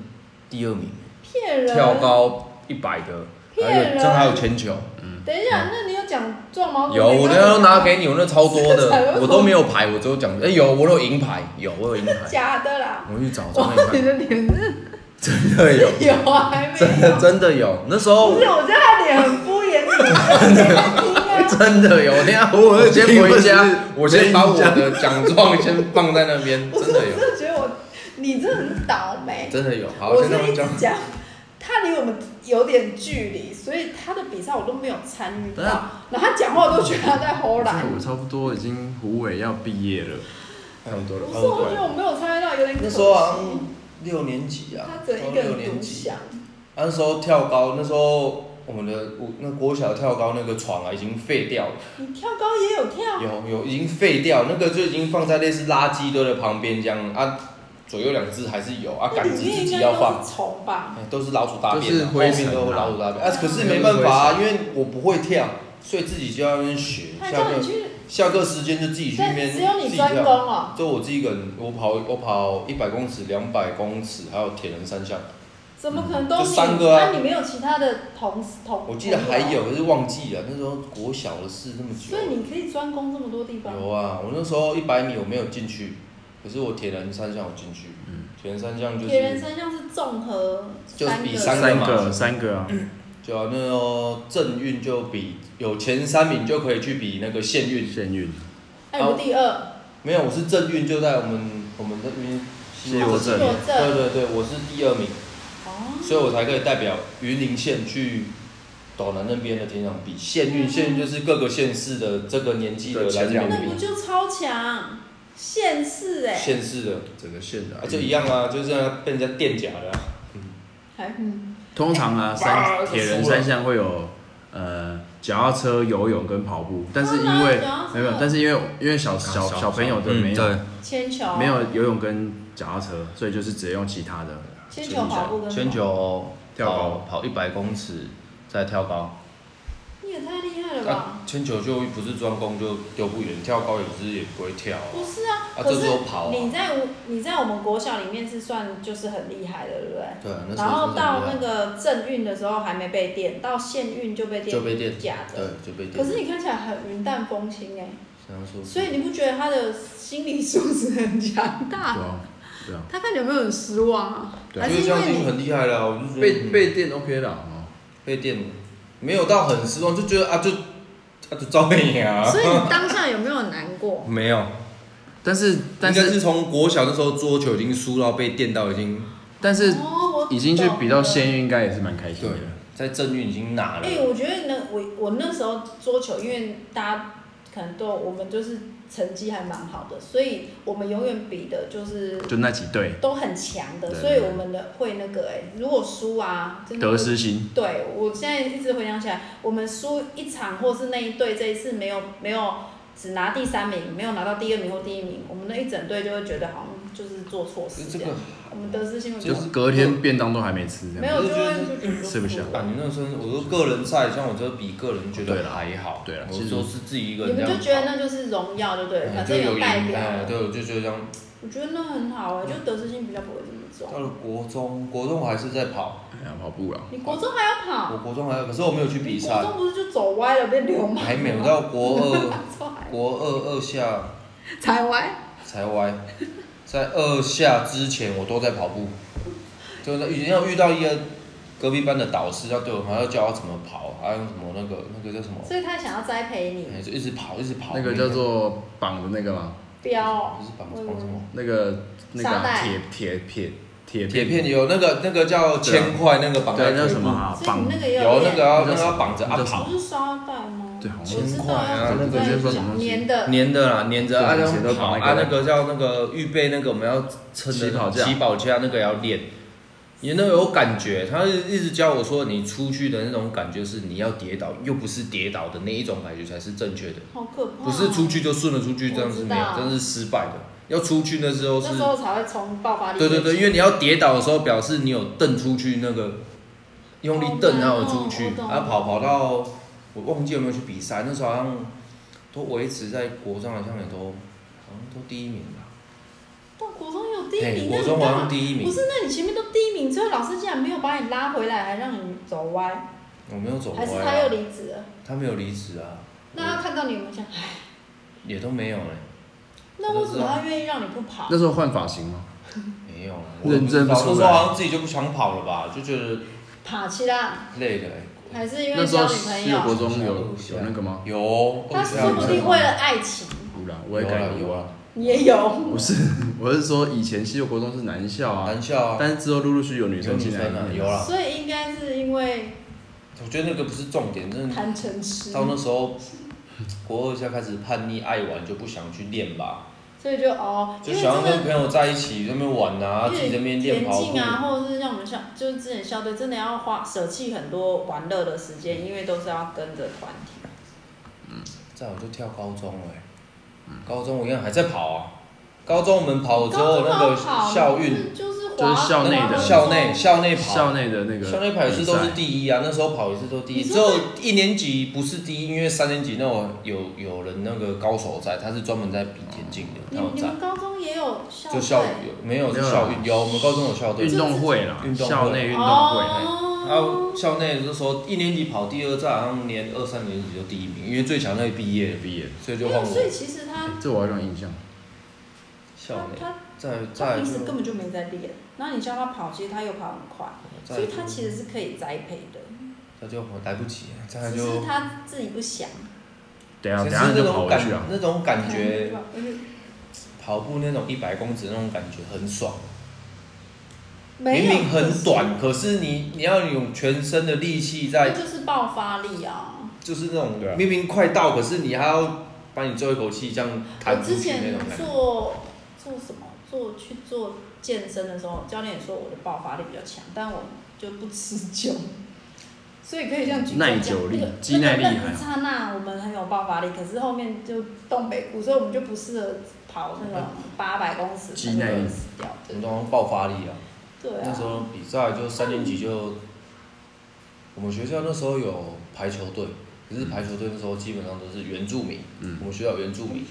Speaker 4: 第二名，
Speaker 3: 嗯，骗人！
Speaker 4: 跳高一百的，还
Speaker 3: 骗
Speaker 4: 有
Speaker 3: 人
Speaker 4: 正还有铅球，
Speaker 3: 等一下，那你有讲撞毛？
Speaker 4: 嗯有我那时候拿给你，我那超多
Speaker 3: 才会
Speaker 4: 的，我都没有牌，我只有奖，哎、有我有银牌，有我有银牌。
Speaker 3: 假的啦！
Speaker 4: 我去找真
Speaker 3: 哇
Speaker 4: 的有，
Speaker 3: 你的脸是
Speaker 4: 真的有，
Speaker 3: 有啊，还没
Speaker 4: 真
Speaker 3: 有
Speaker 4: 的？真的有。那时候
Speaker 3: 不是，我觉得他脸很敷衍，你的脸很
Speaker 4: 啊
Speaker 3: 敷衍
Speaker 4: 真的有，等一下
Speaker 5: 我
Speaker 4: 我先回
Speaker 5: 听不
Speaker 4: 家
Speaker 5: 是，
Speaker 4: 我先把我的奖状先放在那边，
Speaker 3: 我
Speaker 4: 真
Speaker 3: 是
Speaker 4: 的
Speaker 3: 我
Speaker 4: 有，
Speaker 3: 真的觉得我，你真的很倒霉。
Speaker 4: 真的有。好，
Speaker 3: 我
Speaker 4: 先
Speaker 3: 是
Speaker 4: 让
Speaker 3: 一
Speaker 4: 我
Speaker 3: 直
Speaker 4: 讲。
Speaker 3: 讲，他离我们有点距离，所以他的比赛我都没有参与到
Speaker 5: 等一下，
Speaker 3: 然后他讲话我都觉得他在吼来。
Speaker 5: 我差不多已经胡伟要毕业了，
Speaker 4: 差不多
Speaker 3: 不是，我觉得我没有参与到，有点可惜。
Speaker 4: 那时候啊好像六年级啊，
Speaker 3: 他只能一个
Speaker 4: 六
Speaker 3: 人
Speaker 4: 年
Speaker 3: 独
Speaker 4: 级。
Speaker 3: 享
Speaker 4: 啊，那时候跳高，那时候我们的我那国小跳高那个床啊，已经废掉了，
Speaker 3: 你跳高也有跳，
Speaker 4: 有啊有已经废掉，那个就已经放在类似垃圾堆的旁边这样啊，左右两只还是有啊，
Speaker 3: 那
Speaker 4: 杆
Speaker 3: 里
Speaker 4: 子
Speaker 3: 面
Speaker 4: 自
Speaker 3: 应
Speaker 4: 己
Speaker 3: 该
Speaker 4: 要放
Speaker 3: 都。是虫吧？
Speaker 4: 哎都是老鼠大便、啊，
Speaker 5: 就是灰尘啊
Speaker 4: 后面都是老鼠大
Speaker 3: 嗯
Speaker 4: 便。啊，可是没办法啊，因为我不会跳，所以自己就要那边学。
Speaker 3: 他
Speaker 4: 下
Speaker 3: 叫
Speaker 4: 课
Speaker 3: 你去，
Speaker 4: 下课时间就自己去那
Speaker 3: 但
Speaker 4: 边
Speaker 3: 只有
Speaker 4: 自
Speaker 3: 你
Speaker 4: 己
Speaker 3: 专攻
Speaker 4: 跳。
Speaker 3: 哦。
Speaker 4: 就我自己一个人，我跑我跑一百公尺、两百公尺，还有铁人三项。
Speaker 3: 怎么可能都
Speaker 4: 就
Speaker 3: 你？
Speaker 4: 三个啊
Speaker 3: 那你没有其他的同事同？
Speaker 4: 我记得还
Speaker 3: 同
Speaker 4: 有，可是忘记了。那时候国小的事那么
Speaker 3: 友，所以
Speaker 4: 久，
Speaker 3: 你可以专攻这么多地方。
Speaker 4: 有啊。我那时候一百米我没有进去，可是我铁人三项我进去。铁人三项就是
Speaker 3: 嗯铁人三项是综合
Speaker 4: 就是
Speaker 3: 三
Speaker 4: 比
Speaker 3: 个
Speaker 4: 三个
Speaker 5: 三
Speaker 4: 嘛
Speaker 5: 个三个啊，
Speaker 4: 就啊，那时候正运就比有前三名就可以去比那个县运。
Speaker 5: 现运，
Speaker 3: 哎，我第二，
Speaker 4: 没有，我是正运就在我们我们这边
Speaker 5: 西螺镇
Speaker 3: 我
Speaker 4: 对
Speaker 3: 哦这，
Speaker 4: 对对，我是第二名，
Speaker 3: 哦，
Speaker 4: 所以我才可以代表云林县去斗南那边的田长比县运，县运就是各个县市的这个年纪的来这边
Speaker 3: 那不
Speaker 4: 比
Speaker 3: 就超强县市哎？
Speaker 4: 县市的，
Speaker 5: 整个县的
Speaker 4: 啊，就一。样啊，就是要被人家垫假的啊、
Speaker 3: 还嗯，
Speaker 5: 通常啊，
Speaker 4: 哇
Speaker 5: 三铁人三项会有呃脚踏车、游泳跟跑步，但是
Speaker 3: 当然
Speaker 5: 因为
Speaker 3: 哦脚踏车
Speaker 5: 没有，但是因为因为小
Speaker 6: 啊
Speaker 5: 小
Speaker 6: 小
Speaker 5: 小朋友的
Speaker 6: 嗯
Speaker 5: 没有、
Speaker 6: 对
Speaker 3: 铅球
Speaker 5: 没，有游泳跟脚踏车，所以就是直接用其他的。
Speaker 3: 铅球跑步跟
Speaker 4: 铅球
Speaker 5: 跳
Speaker 4: 跑
Speaker 5: 高
Speaker 4: 跑一百公尺，再跳高。
Speaker 3: 你也太厉害了吧？
Speaker 4: 啊，铅球就不是专攻就丢不远，跳高也不是也不会跳啊、
Speaker 3: 不是啊，
Speaker 4: 啊
Speaker 3: 可
Speaker 4: 这
Speaker 3: 是
Speaker 4: 时候跑啊
Speaker 3: 你在我你在我们国小里面是算就是很厉害的，对不对？
Speaker 4: 对啊，那时
Speaker 3: 然
Speaker 4: 候
Speaker 3: 后
Speaker 4: 是很
Speaker 3: 到
Speaker 4: 厉害
Speaker 3: 那个正运的时候还没被电，到县运就被电，
Speaker 4: 就被电
Speaker 3: 假的。
Speaker 4: 对就被
Speaker 3: 可
Speaker 4: 电。
Speaker 3: 是你看起来很云淡风轻哎、
Speaker 4: 这样说，
Speaker 3: 所以你不觉得他的心理素质很强
Speaker 5: 对
Speaker 3: 大？
Speaker 5: 啊，对啊，
Speaker 3: 他看你有没有很失望啊？
Speaker 5: 对
Speaker 3: 还
Speaker 4: 因
Speaker 3: 是
Speaker 4: 为这
Speaker 3: 因
Speaker 4: 样
Speaker 3: 为
Speaker 4: 已经
Speaker 3: 你
Speaker 4: 很厉害了啊，我就觉得
Speaker 5: 被
Speaker 4: 嗯
Speaker 5: 被电 OK 啦。哦
Speaker 4: 被电，没有到很失望，就觉得啊就啊就照背你啊，
Speaker 3: 所以你当下有没有很难过？
Speaker 4: 没有，
Speaker 5: 但是但
Speaker 4: 应该
Speaker 5: 是
Speaker 4: 是从国小那时候桌球已经输到被电到已经
Speaker 5: 但是
Speaker 3: 哦我懂
Speaker 5: 已经去比较仙运，应该也是蛮开心的。，
Speaker 4: 在正运已经拿了，
Speaker 5: 嗯
Speaker 3: 哎、我觉得呢，我我那时候桌球，因为大家可能都我们就是成绩还蛮好的，所以我们永远比的就是
Speaker 5: 就那几队
Speaker 3: 都很强的，
Speaker 5: 对
Speaker 3: 所以我们的会那个哎、如果输啊，真的
Speaker 5: 得失心，
Speaker 3: 对我现在一直回想起来，我们输一场或是那一队这一次没有没有只拿第三名，没有拿到第二名或第一名，我们那一整队就会觉得好像就是做错事
Speaker 4: 这
Speaker 3: 这
Speaker 4: 个啊
Speaker 3: 样。我们得失心会比
Speaker 5: 就
Speaker 3: 较
Speaker 5: 是隔天便当都还没吃，这
Speaker 3: 没
Speaker 5: 样
Speaker 3: 有就
Speaker 4: 我就觉得
Speaker 3: 会就觉得
Speaker 5: 吃不啊下
Speaker 3: 输了
Speaker 4: 感觉那时候我说个人赛，像我这比个人觉
Speaker 5: 对
Speaker 4: 得
Speaker 5: 啦
Speaker 4: 还好，
Speaker 5: 对啦
Speaker 4: 我
Speaker 5: 其实
Speaker 4: 说是自己一个
Speaker 3: 你
Speaker 4: 人
Speaker 3: 们
Speaker 4: 这样
Speaker 3: 就
Speaker 4: 跑，
Speaker 3: 觉得那就是荣耀，对不对？
Speaker 4: 哎
Speaker 3: 反
Speaker 4: 就
Speaker 3: 正
Speaker 4: 有
Speaker 3: 代
Speaker 4: 赢，
Speaker 3: 表。
Speaker 4: 哎对，我就觉得这样。
Speaker 3: 我觉得那很好哎、就得失心比较不会这么
Speaker 4: 到
Speaker 3: 重。
Speaker 4: 了国中，国中我还是在跑，
Speaker 5: 哎呀跑步了。
Speaker 3: 你国中还要跑？
Speaker 4: 我国中还有，可是我没有去比
Speaker 3: 你
Speaker 4: 赛
Speaker 3: 国，中不是就走歪了，变流氓？
Speaker 4: 还没 有到国二，
Speaker 3: 才
Speaker 4: 国二二下
Speaker 3: 才歪。
Speaker 4: 才歪，在二下之前我都在跑步，就是已经要遇到一个隔壁班的导师，要对我，还要教我怎么跑，还有什么那个那个叫什么，
Speaker 3: 所以他想要栽培你，
Speaker 4: 哎就一直跑一直跑，
Speaker 5: 那个叫做绑的那个吗？
Speaker 3: 标哦
Speaker 4: 不是绑
Speaker 3: 我以为
Speaker 4: 绑什么。
Speaker 5: 那个那个
Speaker 3: 沙
Speaker 5: 啊
Speaker 3: 袋
Speaker 5: 铁铁片铁
Speaker 4: 铁片
Speaker 5: 牛，
Speaker 4: 有那个那个叫千块那个绑在
Speaker 5: 啊对，那
Speaker 4: 腿
Speaker 5: 叫
Speaker 4: 部
Speaker 5: 什么啊？
Speaker 3: 所以
Speaker 5: 绑
Speaker 3: 你那个也
Speaker 4: 有那个要
Speaker 5: 那叫
Speaker 4: 那个
Speaker 5: 什么
Speaker 4: 要绑着啊
Speaker 5: 那叫什么
Speaker 4: 跑，
Speaker 3: 不是沙袋吗？
Speaker 5: 对好像
Speaker 3: 我知
Speaker 4: 千
Speaker 3: 道
Speaker 4: 块啊
Speaker 5: 那个叫什么东西
Speaker 3: 粘的。
Speaker 4: 粘的啦，粘着啊，
Speaker 5: 对
Speaker 4: 这
Speaker 5: 以前都
Speaker 4: 样跑
Speaker 5: 绑那
Speaker 4: 啊，
Speaker 5: 个
Speaker 4: 那个叫那个预备那个我们要撑的
Speaker 5: 起跑架
Speaker 4: 起跑架那个也要练。你那个有感觉，他一直教我说，你出去的那种感觉是你要跌倒，又不是跌倒的那一种感觉才是正确的，
Speaker 3: 好可怕、哦
Speaker 4: 不是出。去就顺了出去，这样是没有
Speaker 3: 我，知道
Speaker 4: 这样是失败的。要出去那时候是
Speaker 3: 那时，候才会从爆发力。
Speaker 4: 对对对，因为你要跌倒的时候，表示你有蹬出去那个用力蹬，然后有出去
Speaker 3: 哦，我懂
Speaker 4: 啊跑跑到我忘记有没有去比赛，那时候好像都维持在国上好像也都好像都第一名吧。
Speaker 3: 到国中有第一
Speaker 4: 哎
Speaker 3: 名，
Speaker 4: 国
Speaker 3: 那
Speaker 4: 中
Speaker 3: 你
Speaker 4: 好
Speaker 3: 干
Speaker 4: 像
Speaker 3: 嘛？
Speaker 4: 第一
Speaker 3: 不
Speaker 4: 名，
Speaker 3: 是，那你前面都第一名，最后老师竟然没有把你拉回来，还让你走歪，
Speaker 4: 我没有走
Speaker 3: 还
Speaker 4: 歪、
Speaker 3: 是他又
Speaker 4: 啊，
Speaker 3: 离职了？
Speaker 4: 他没有离职啊，
Speaker 3: 那他看到你有没有想，
Speaker 4: 也都没有嘞、
Speaker 3: 那为什么他愿意让你不跑？
Speaker 5: 那时候换发型吗？
Speaker 4: 没有啊。我也
Speaker 5: 认
Speaker 4: 不知
Speaker 5: 真
Speaker 4: 道
Speaker 5: 不
Speaker 4: 那
Speaker 5: 出
Speaker 4: 时候好
Speaker 5: 来。
Speaker 4: 像自己就不想跑了吧，就觉得
Speaker 3: 爬起来，
Speaker 4: 累了、
Speaker 3: 还是因为
Speaker 5: 那时候
Speaker 3: 交女朋
Speaker 5: 西游国
Speaker 3: 友？
Speaker 5: 中有
Speaker 4: 啊
Speaker 5: 有那个吗？
Speaker 4: 有，
Speaker 3: 他说不定为了爱情
Speaker 5: 不啦，我
Speaker 4: 有
Speaker 5: 也改
Speaker 4: 啊
Speaker 5: 过
Speaker 4: 有。啊，
Speaker 3: 你也有。
Speaker 5: 不是， 我是说以前西游国中是男校啊，
Speaker 4: 男校啊，
Speaker 5: 但是之后陆陆续续有女
Speaker 4: 有
Speaker 5: 生
Speaker 4: 女
Speaker 5: 进来
Speaker 4: 生啊，
Speaker 5: 念，
Speaker 4: 有啦。
Speaker 3: 所以应该是因为
Speaker 4: 我觉得那个不是重点，真的
Speaker 3: 贪嗔痴，
Speaker 4: 到那
Speaker 3: 嗯
Speaker 4: 时候国二下开始叛逆，爱玩就不想去练吧，
Speaker 3: 所以就哦，
Speaker 4: 就
Speaker 3: 因为
Speaker 4: 想要
Speaker 3: 真
Speaker 4: 跟
Speaker 3: 的
Speaker 4: 朋友在一起在那边玩啊，自己
Speaker 3: 因
Speaker 4: 在
Speaker 3: 为
Speaker 4: 那边练
Speaker 3: 田
Speaker 4: 跑步
Speaker 3: 径。啊，或者是像我们校，就是之前校队，真的要花舍弃很多玩乐的时间，
Speaker 4: 嗯
Speaker 3: 因为都是要跟着团体。
Speaker 4: 再我就跳高中了、欸高中我一样还在跑啊。高中我们跑了之后，那
Speaker 3: 高
Speaker 4: 个
Speaker 3: 中好跑
Speaker 4: 校运、
Speaker 3: 就是
Speaker 5: 就
Speaker 3: 滑
Speaker 5: 是校内的
Speaker 3: 滑
Speaker 4: 校内、校内跑、
Speaker 5: 校内的那个
Speaker 4: 校内跑也是都是
Speaker 5: 比赛
Speaker 4: 第一啊。那时候跑也是都第一，
Speaker 3: 你
Speaker 4: 只
Speaker 3: 说
Speaker 4: 有一年级不是第一，因为三年级那我有有人那个高手在，他是专门在比田径的，
Speaker 3: 你
Speaker 4: 他有
Speaker 3: 你
Speaker 4: 在
Speaker 3: 们高中也有校队？
Speaker 4: 就校有没有
Speaker 5: 没有啦
Speaker 4: 校运有，我们高中有校队
Speaker 5: 运动会啦
Speaker 4: 运，动会
Speaker 5: 校内运动会，
Speaker 4: 然后
Speaker 3: 哦，
Speaker 4: 校内那时候一年级跑第二站，然后连二三年级就第一名，因为最强那里毕业了，
Speaker 5: 毕业，
Speaker 4: 所以就
Speaker 3: 没
Speaker 4: 换
Speaker 3: 有，所以
Speaker 4: 我
Speaker 3: 其实
Speaker 1: 哎
Speaker 3: 他
Speaker 5: 这我好像有印象。
Speaker 4: 校
Speaker 3: 他
Speaker 4: 内。
Speaker 3: 他
Speaker 4: 再
Speaker 3: 他
Speaker 4: 再
Speaker 3: 平
Speaker 4: 就
Speaker 3: 时根本就没在练，然后你叫他跑，其实他又跑很快，
Speaker 4: 再
Speaker 3: 所以他
Speaker 4: 就
Speaker 3: 其实是可以栽培的，
Speaker 4: 那就来不及，再
Speaker 3: 只
Speaker 4: 就是
Speaker 3: 他自己不想。
Speaker 5: 等一下等一
Speaker 4: 只是
Speaker 5: 下
Speaker 4: 那
Speaker 5: 就跑
Speaker 4: 种
Speaker 5: 回去啊
Speaker 4: 感。那种感
Speaker 3: 对
Speaker 4: 觉，
Speaker 3: 吧而且
Speaker 4: 跑步那种一百公尺那种感觉很爽，
Speaker 3: 没
Speaker 4: 明
Speaker 3: 有
Speaker 4: 明很短，可是你你要用全身的力气
Speaker 3: 可是，
Speaker 4: 在
Speaker 3: 那，就是爆发力啊！
Speaker 4: 就是那种
Speaker 5: 对啊
Speaker 4: 明明快到，可是你还要把你最后一口气这样
Speaker 3: 我
Speaker 4: 弹出
Speaker 3: 之
Speaker 4: 去那
Speaker 3: 前
Speaker 4: 种感觉。
Speaker 3: 做做什么做去做健身的时候，教练也说我的爆发力比较强，但我就不持久，所以可以像举重
Speaker 1: 耐久力
Speaker 3: 这样那个
Speaker 1: 肌耐力
Speaker 3: 那个
Speaker 1: 还好
Speaker 3: 那一刹那我们很有爆发力，可是后面就东北谷，所以我们就不适合跑那种八百公尺，
Speaker 1: 肌耐力
Speaker 3: 那就死掉。
Speaker 4: 我们都爆发力啊。
Speaker 3: 对
Speaker 4: 那时
Speaker 3: 啊，
Speaker 4: 候比赛就三年级就，我们学校那时候有排球队，可是排球队那时候基本上都是原住民，我们学校有原住民，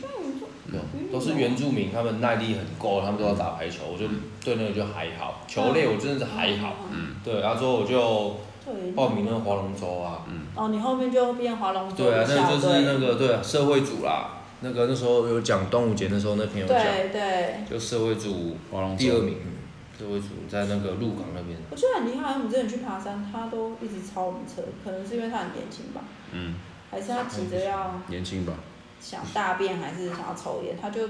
Speaker 4: 对，都是原住民，他们耐力很够，他们都要打排球，我就对那个就还好，球类我真的是还好，对，然后之后我就
Speaker 3: 哦对，
Speaker 4: 报名那个划龙舟啊，
Speaker 3: 哦，你后面就变划龙舟
Speaker 4: 对啊，那
Speaker 3: 小
Speaker 4: 个就是
Speaker 3: 队
Speaker 4: 那个对啊，社会组啦，那个那时候有讲端午节那时候那篇有讲，
Speaker 3: 对对，
Speaker 4: 就社会组
Speaker 1: 划龙
Speaker 4: 第二
Speaker 1: 舟，
Speaker 4: 名，社会组在那个鹿港那边。
Speaker 3: 我觉得很厉害。我们之前去爬山，他都一直超我们车，可能是因为他很年轻吧，
Speaker 1: 嗯，
Speaker 3: 还是他急着要
Speaker 1: 年轻吧，
Speaker 3: 想大便还是想要抽烟，他就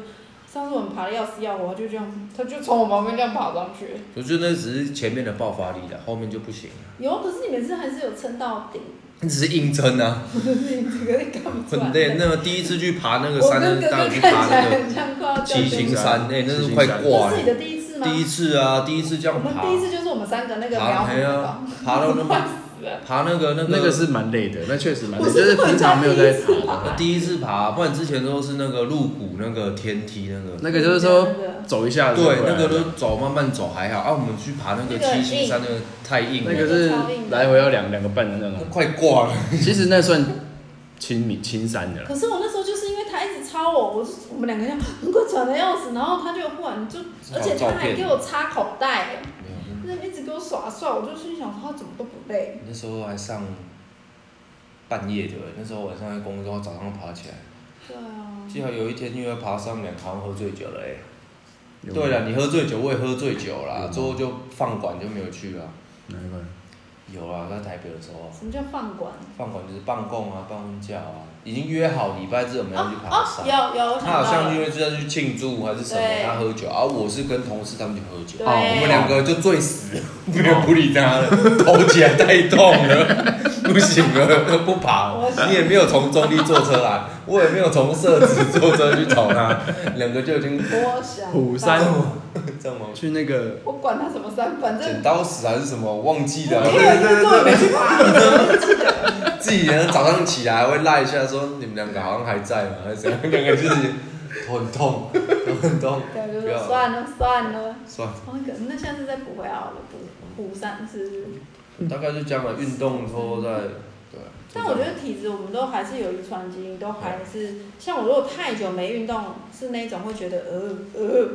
Speaker 3: 上次我们爬的要死要活，他就这样，他就从我旁边这样爬上去。
Speaker 4: 我觉得那只是前面的爆发力的，后面就不行了。
Speaker 3: 有，可是你每次还是有撑到 顶，
Speaker 4: 你只是硬撑啊，
Speaker 3: 可是你这个干不出来。
Speaker 4: 很累。嗯那个第一次去爬那个
Speaker 3: 我
Speaker 4: 山，
Speaker 3: 跟哥
Speaker 4: 带
Speaker 3: 哥
Speaker 4: 我去
Speaker 3: 看
Speaker 4: 爬
Speaker 3: 起
Speaker 4: 那
Speaker 3: 来
Speaker 4: 个
Speaker 3: 很像快要掉
Speaker 4: 七
Speaker 3: 下
Speaker 4: 星
Speaker 3: 去
Speaker 4: 山，哎，那是快挂
Speaker 3: 这是你。
Speaker 4: 了
Speaker 3: 的第一次吗？
Speaker 4: 第一次啊，第一次这
Speaker 3: 我
Speaker 4: 样
Speaker 3: 们
Speaker 4: 爬，
Speaker 3: 第一次就是我们三个那个
Speaker 4: 爬
Speaker 3: 苗
Speaker 4: 哎呀，爬到那
Speaker 3: 快
Speaker 4: 个
Speaker 3: 死了。
Speaker 4: 爬那个那个
Speaker 1: 那个是蛮累的，那确实蛮累，
Speaker 3: 我
Speaker 1: 就是是平常没有在
Speaker 3: 不会
Speaker 1: 爬的，
Speaker 4: 第一次爬，不然之前都是那个鹿谷那个天梯那个，
Speaker 1: 那个就是说
Speaker 3: 那个
Speaker 1: 走一下子回
Speaker 4: 对
Speaker 1: 来，，
Speaker 4: 那个都走慢慢走还好啊。我们去爬那个
Speaker 3: 那个
Speaker 4: 七星山那个太硬
Speaker 1: 那个
Speaker 4: 了，
Speaker 1: 是来回要两两个半的那
Speaker 4: 那
Speaker 1: 种，
Speaker 4: 快挂了。
Speaker 1: 其实那算轻米轻山的啦，
Speaker 3: 可是我那时候就是因为他一直抄我，我就我们两个人很快喘的要死，然后他就忽然就，而且他还给我插口袋，那一直给我耍帅，我就心想说他怎么都不累，
Speaker 4: 那时候还上半夜的，那时候晚上在工作，早上爬起来。
Speaker 3: 对啊，
Speaker 4: 幸好有一天因为爬上两堂喝醉酒了哎、
Speaker 1: 有吗
Speaker 4: 对啊了，你喝醉酒，我也喝醉酒
Speaker 1: 有啊
Speaker 4: 啦
Speaker 1: 吗，
Speaker 4: 之后就放管就没有去了。
Speaker 1: 哪一块？
Speaker 4: 有啊，在台北的时候，
Speaker 3: 什么叫放管？
Speaker 4: 放管就是办公啊、办婚假啊，已经约好礼拜日我们要去爬
Speaker 3: 哦，
Speaker 4: 山。
Speaker 3: 有有，我
Speaker 4: 他
Speaker 3: 想
Speaker 4: 好
Speaker 3: 到
Speaker 4: 像因
Speaker 3: 了，
Speaker 4: 为就要去庆祝还是什么，
Speaker 3: 对
Speaker 4: 他喝酒，而、啊我是跟同事他们去喝酒，
Speaker 3: 对，
Speaker 1: 哦我
Speaker 4: 我们两个就醉死
Speaker 3: 哦
Speaker 4: 了，没有不理他了，头起来太痛了， 不行了，不爬
Speaker 3: 我
Speaker 4: 了。你也没有从中立坐车来，我也没有从社子坐车去找 他，两个就已经
Speaker 3: 我想到
Speaker 1: 虎山
Speaker 4: 这么
Speaker 1: 去那个
Speaker 3: 我管他什么山，反
Speaker 4: 剪
Speaker 3: 正
Speaker 4: 刀石还是什么忘记了
Speaker 3: 我，没有一个做没去爬，
Speaker 4: 自己人早上起来会赖一下说你们两个好像还在吗？还是怎样？两个就是头很痛，头很痛，
Speaker 3: 对，就
Speaker 4: 不要
Speaker 3: 说算了算了，
Speaker 4: 算了。
Speaker 3: 哦，可那下次再补回来好了，补补山是不是？
Speaker 4: 大概就这样了。运动说在，对。啊
Speaker 3: 但我觉得体质我们都还是有遗传基因，都还是像我如果太久没运动，是那种会觉得呃呃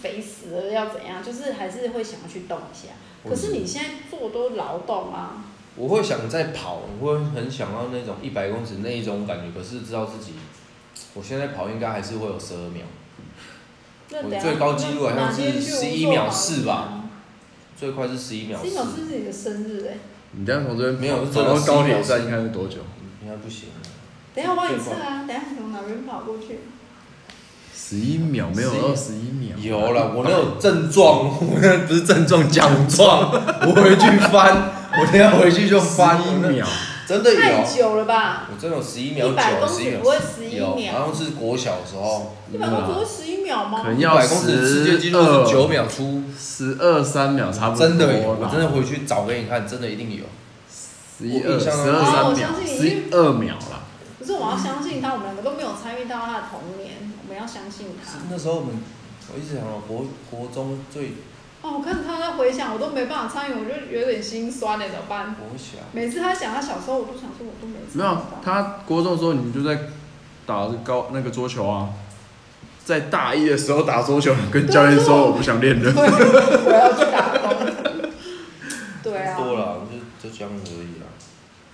Speaker 3: 肥死了要怎样，就是还是会想要去动一下。可是你现在做都劳动啊，
Speaker 4: 我会想再跑，我会很想要那种一百公尺那一种感觉，可是知道自己，我现在跑应该还是会有十二秒，
Speaker 3: 那
Speaker 4: 我
Speaker 3: 等下
Speaker 4: 最高纪录好像是
Speaker 3: 哪天去
Speaker 4: 11秒四吧，最快是十一秒
Speaker 3: 十一，
Speaker 4: 四
Speaker 3: 秒四是你的生日哎、
Speaker 1: 你这样从这边
Speaker 4: 没有
Speaker 1: 跑
Speaker 4: 这个
Speaker 1: 到高铁
Speaker 4: 是一
Speaker 1: 站
Speaker 4: 秒
Speaker 1: 应该是多久？
Speaker 4: 应该不行。啊
Speaker 3: 等一下我帮你测啊，等一下你从哪边跑过去？
Speaker 1: 十一秒没有
Speaker 4: 11
Speaker 1: 到十一秒，
Speaker 4: 有了，我那有症状，我那不是症状，奖状， 我回去翻，我 等一下回去就翻，
Speaker 1: 十一秒，
Speaker 4: 真的
Speaker 3: 太
Speaker 4: 有，
Speaker 3: 久了吧？
Speaker 4: 我真的有十一秒
Speaker 3: 一百
Speaker 4: 九，
Speaker 3: 公
Speaker 4: 十一
Speaker 3: 尺
Speaker 4: 秒
Speaker 3: 不会十一
Speaker 4: 有，
Speaker 3: 秒，
Speaker 4: 好像是国小的时候，
Speaker 3: 一百公尺会十一秒吗
Speaker 1: 可？能
Speaker 4: 一
Speaker 1: 要
Speaker 4: 百公尺世界纪
Speaker 1: 十
Speaker 4: 录是九
Speaker 1: 二
Speaker 4: 秒出。
Speaker 1: 十二三秒差不多，
Speaker 4: 真的有，我真的回去找给你看，真的一定有。
Speaker 1: 十一
Speaker 4: 我
Speaker 1: 二
Speaker 4: 印
Speaker 1: 十
Speaker 4: 象
Speaker 1: 二
Speaker 3: 中
Speaker 1: 三
Speaker 3: 我
Speaker 1: 秒
Speaker 3: 相，信
Speaker 1: 十
Speaker 3: 已
Speaker 1: 一二秒啦。
Speaker 3: 可是我要相信他，我们两个都没有参与到他的童年，我们要相信他。
Speaker 4: 那时候我们，我一直想到国国中最
Speaker 3: 哦，我看他在回想，我都没办法参与，我就有点心酸欸了，怎么办？
Speaker 4: 国小，
Speaker 3: 每次他想他小时候，我都想说，我都没参与
Speaker 1: 没
Speaker 3: 到
Speaker 1: 有，啊他国中的时候你们就在打高那个桌球啊，在大一的时候打桌球，跟教练说我不想练了。
Speaker 3: 对， 我要去打工。 对啊，
Speaker 4: 多了，就就这样子而已啦。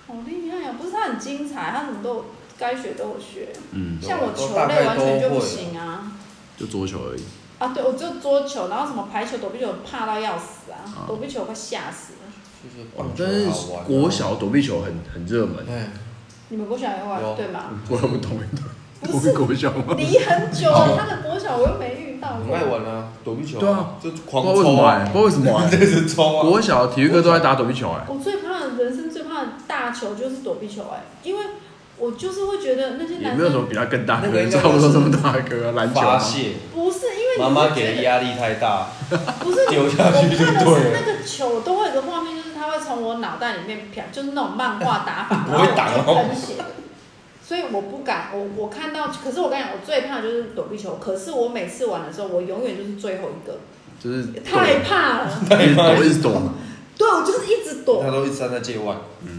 Speaker 3: 好厉害啊！不是他很精彩，他什么都有该学都有学，
Speaker 1: 嗯，
Speaker 3: 像我球
Speaker 4: 啊都大概
Speaker 3: 类完全就
Speaker 4: 都
Speaker 3: 不
Speaker 4: 会
Speaker 3: 行啊。
Speaker 1: 就桌球而已。
Speaker 3: 啊，对，我就桌球，然后什么排球、躲避球，怕到要死啊！躲避球快吓死了。
Speaker 4: 就是
Speaker 1: 哦
Speaker 4: 棒球
Speaker 1: 但是
Speaker 4: 好玩啊
Speaker 1: 国，小躲避球很很热门，
Speaker 4: 哎，
Speaker 3: 你们国小也会玩
Speaker 4: 有啊
Speaker 3: 对吗？
Speaker 1: 我也不懂，
Speaker 3: 不
Speaker 1: 我
Speaker 3: 是
Speaker 1: 们国小吗？
Speaker 3: 离很久了，他的国小我又没遇到
Speaker 4: 很
Speaker 3: 过
Speaker 4: 爱。玩啊，躲避球，
Speaker 1: 对啊，
Speaker 4: 就
Speaker 1: 不
Speaker 4: 狂
Speaker 1: 知道为什
Speaker 4: 抽
Speaker 1: 么哎、
Speaker 4: 啊，
Speaker 1: 不知道为什么 哎、
Speaker 4: 这是抽啊。
Speaker 1: 国小体育课都在打躲避球哎、
Speaker 3: 我最怕的人生最怕的大球就是躲避球、哎，因为我就是会觉得那些
Speaker 1: 也
Speaker 3: 男
Speaker 1: 没有什
Speaker 3: 生
Speaker 1: 么比他更大
Speaker 4: 那个
Speaker 1: 的，
Speaker 4: 应该
Speaker 1: 差不多这么大个、啊、篮球
Speaker 4: 发
Speaker 1: 吗？
Speaker 4: 泄，
Speaker 3: 不是因为你
Speaker 4: 妈
Speaker 3: 会
Speaker 4: 妈给
Speaker 3: 觉
Speaker 4: 的
Speaker 3: 得
Speaker 4: 压力太大，
Speaker 3: 不是
Speaker 4: 丢下去就
Speaker 3: 我怕
Speaker 4: 对
Speaker 3: 的
Speaker 4: 了
Speaker 3: 是那个球都会有个画面，就是他它会从我脑袋里面飘，就是那种漫画打法，
Speaker 4: 不
Speaker 3: 然后
Speaker 4: 会打哦
Speaker 3: 我就喷血了。所以我不敢，我我看到，可是我跟你讲，我最怕的就是躲避球。可是我每次玩的时候，我永远就是最后一个，
Speaker 1: 就是
Speaker 3: 太怕 了。
Speaker 1: 抖一直抖一直抖，
Speaker 3: 对，我就是一直躲
Speaker 4: 他。都一直站在界外，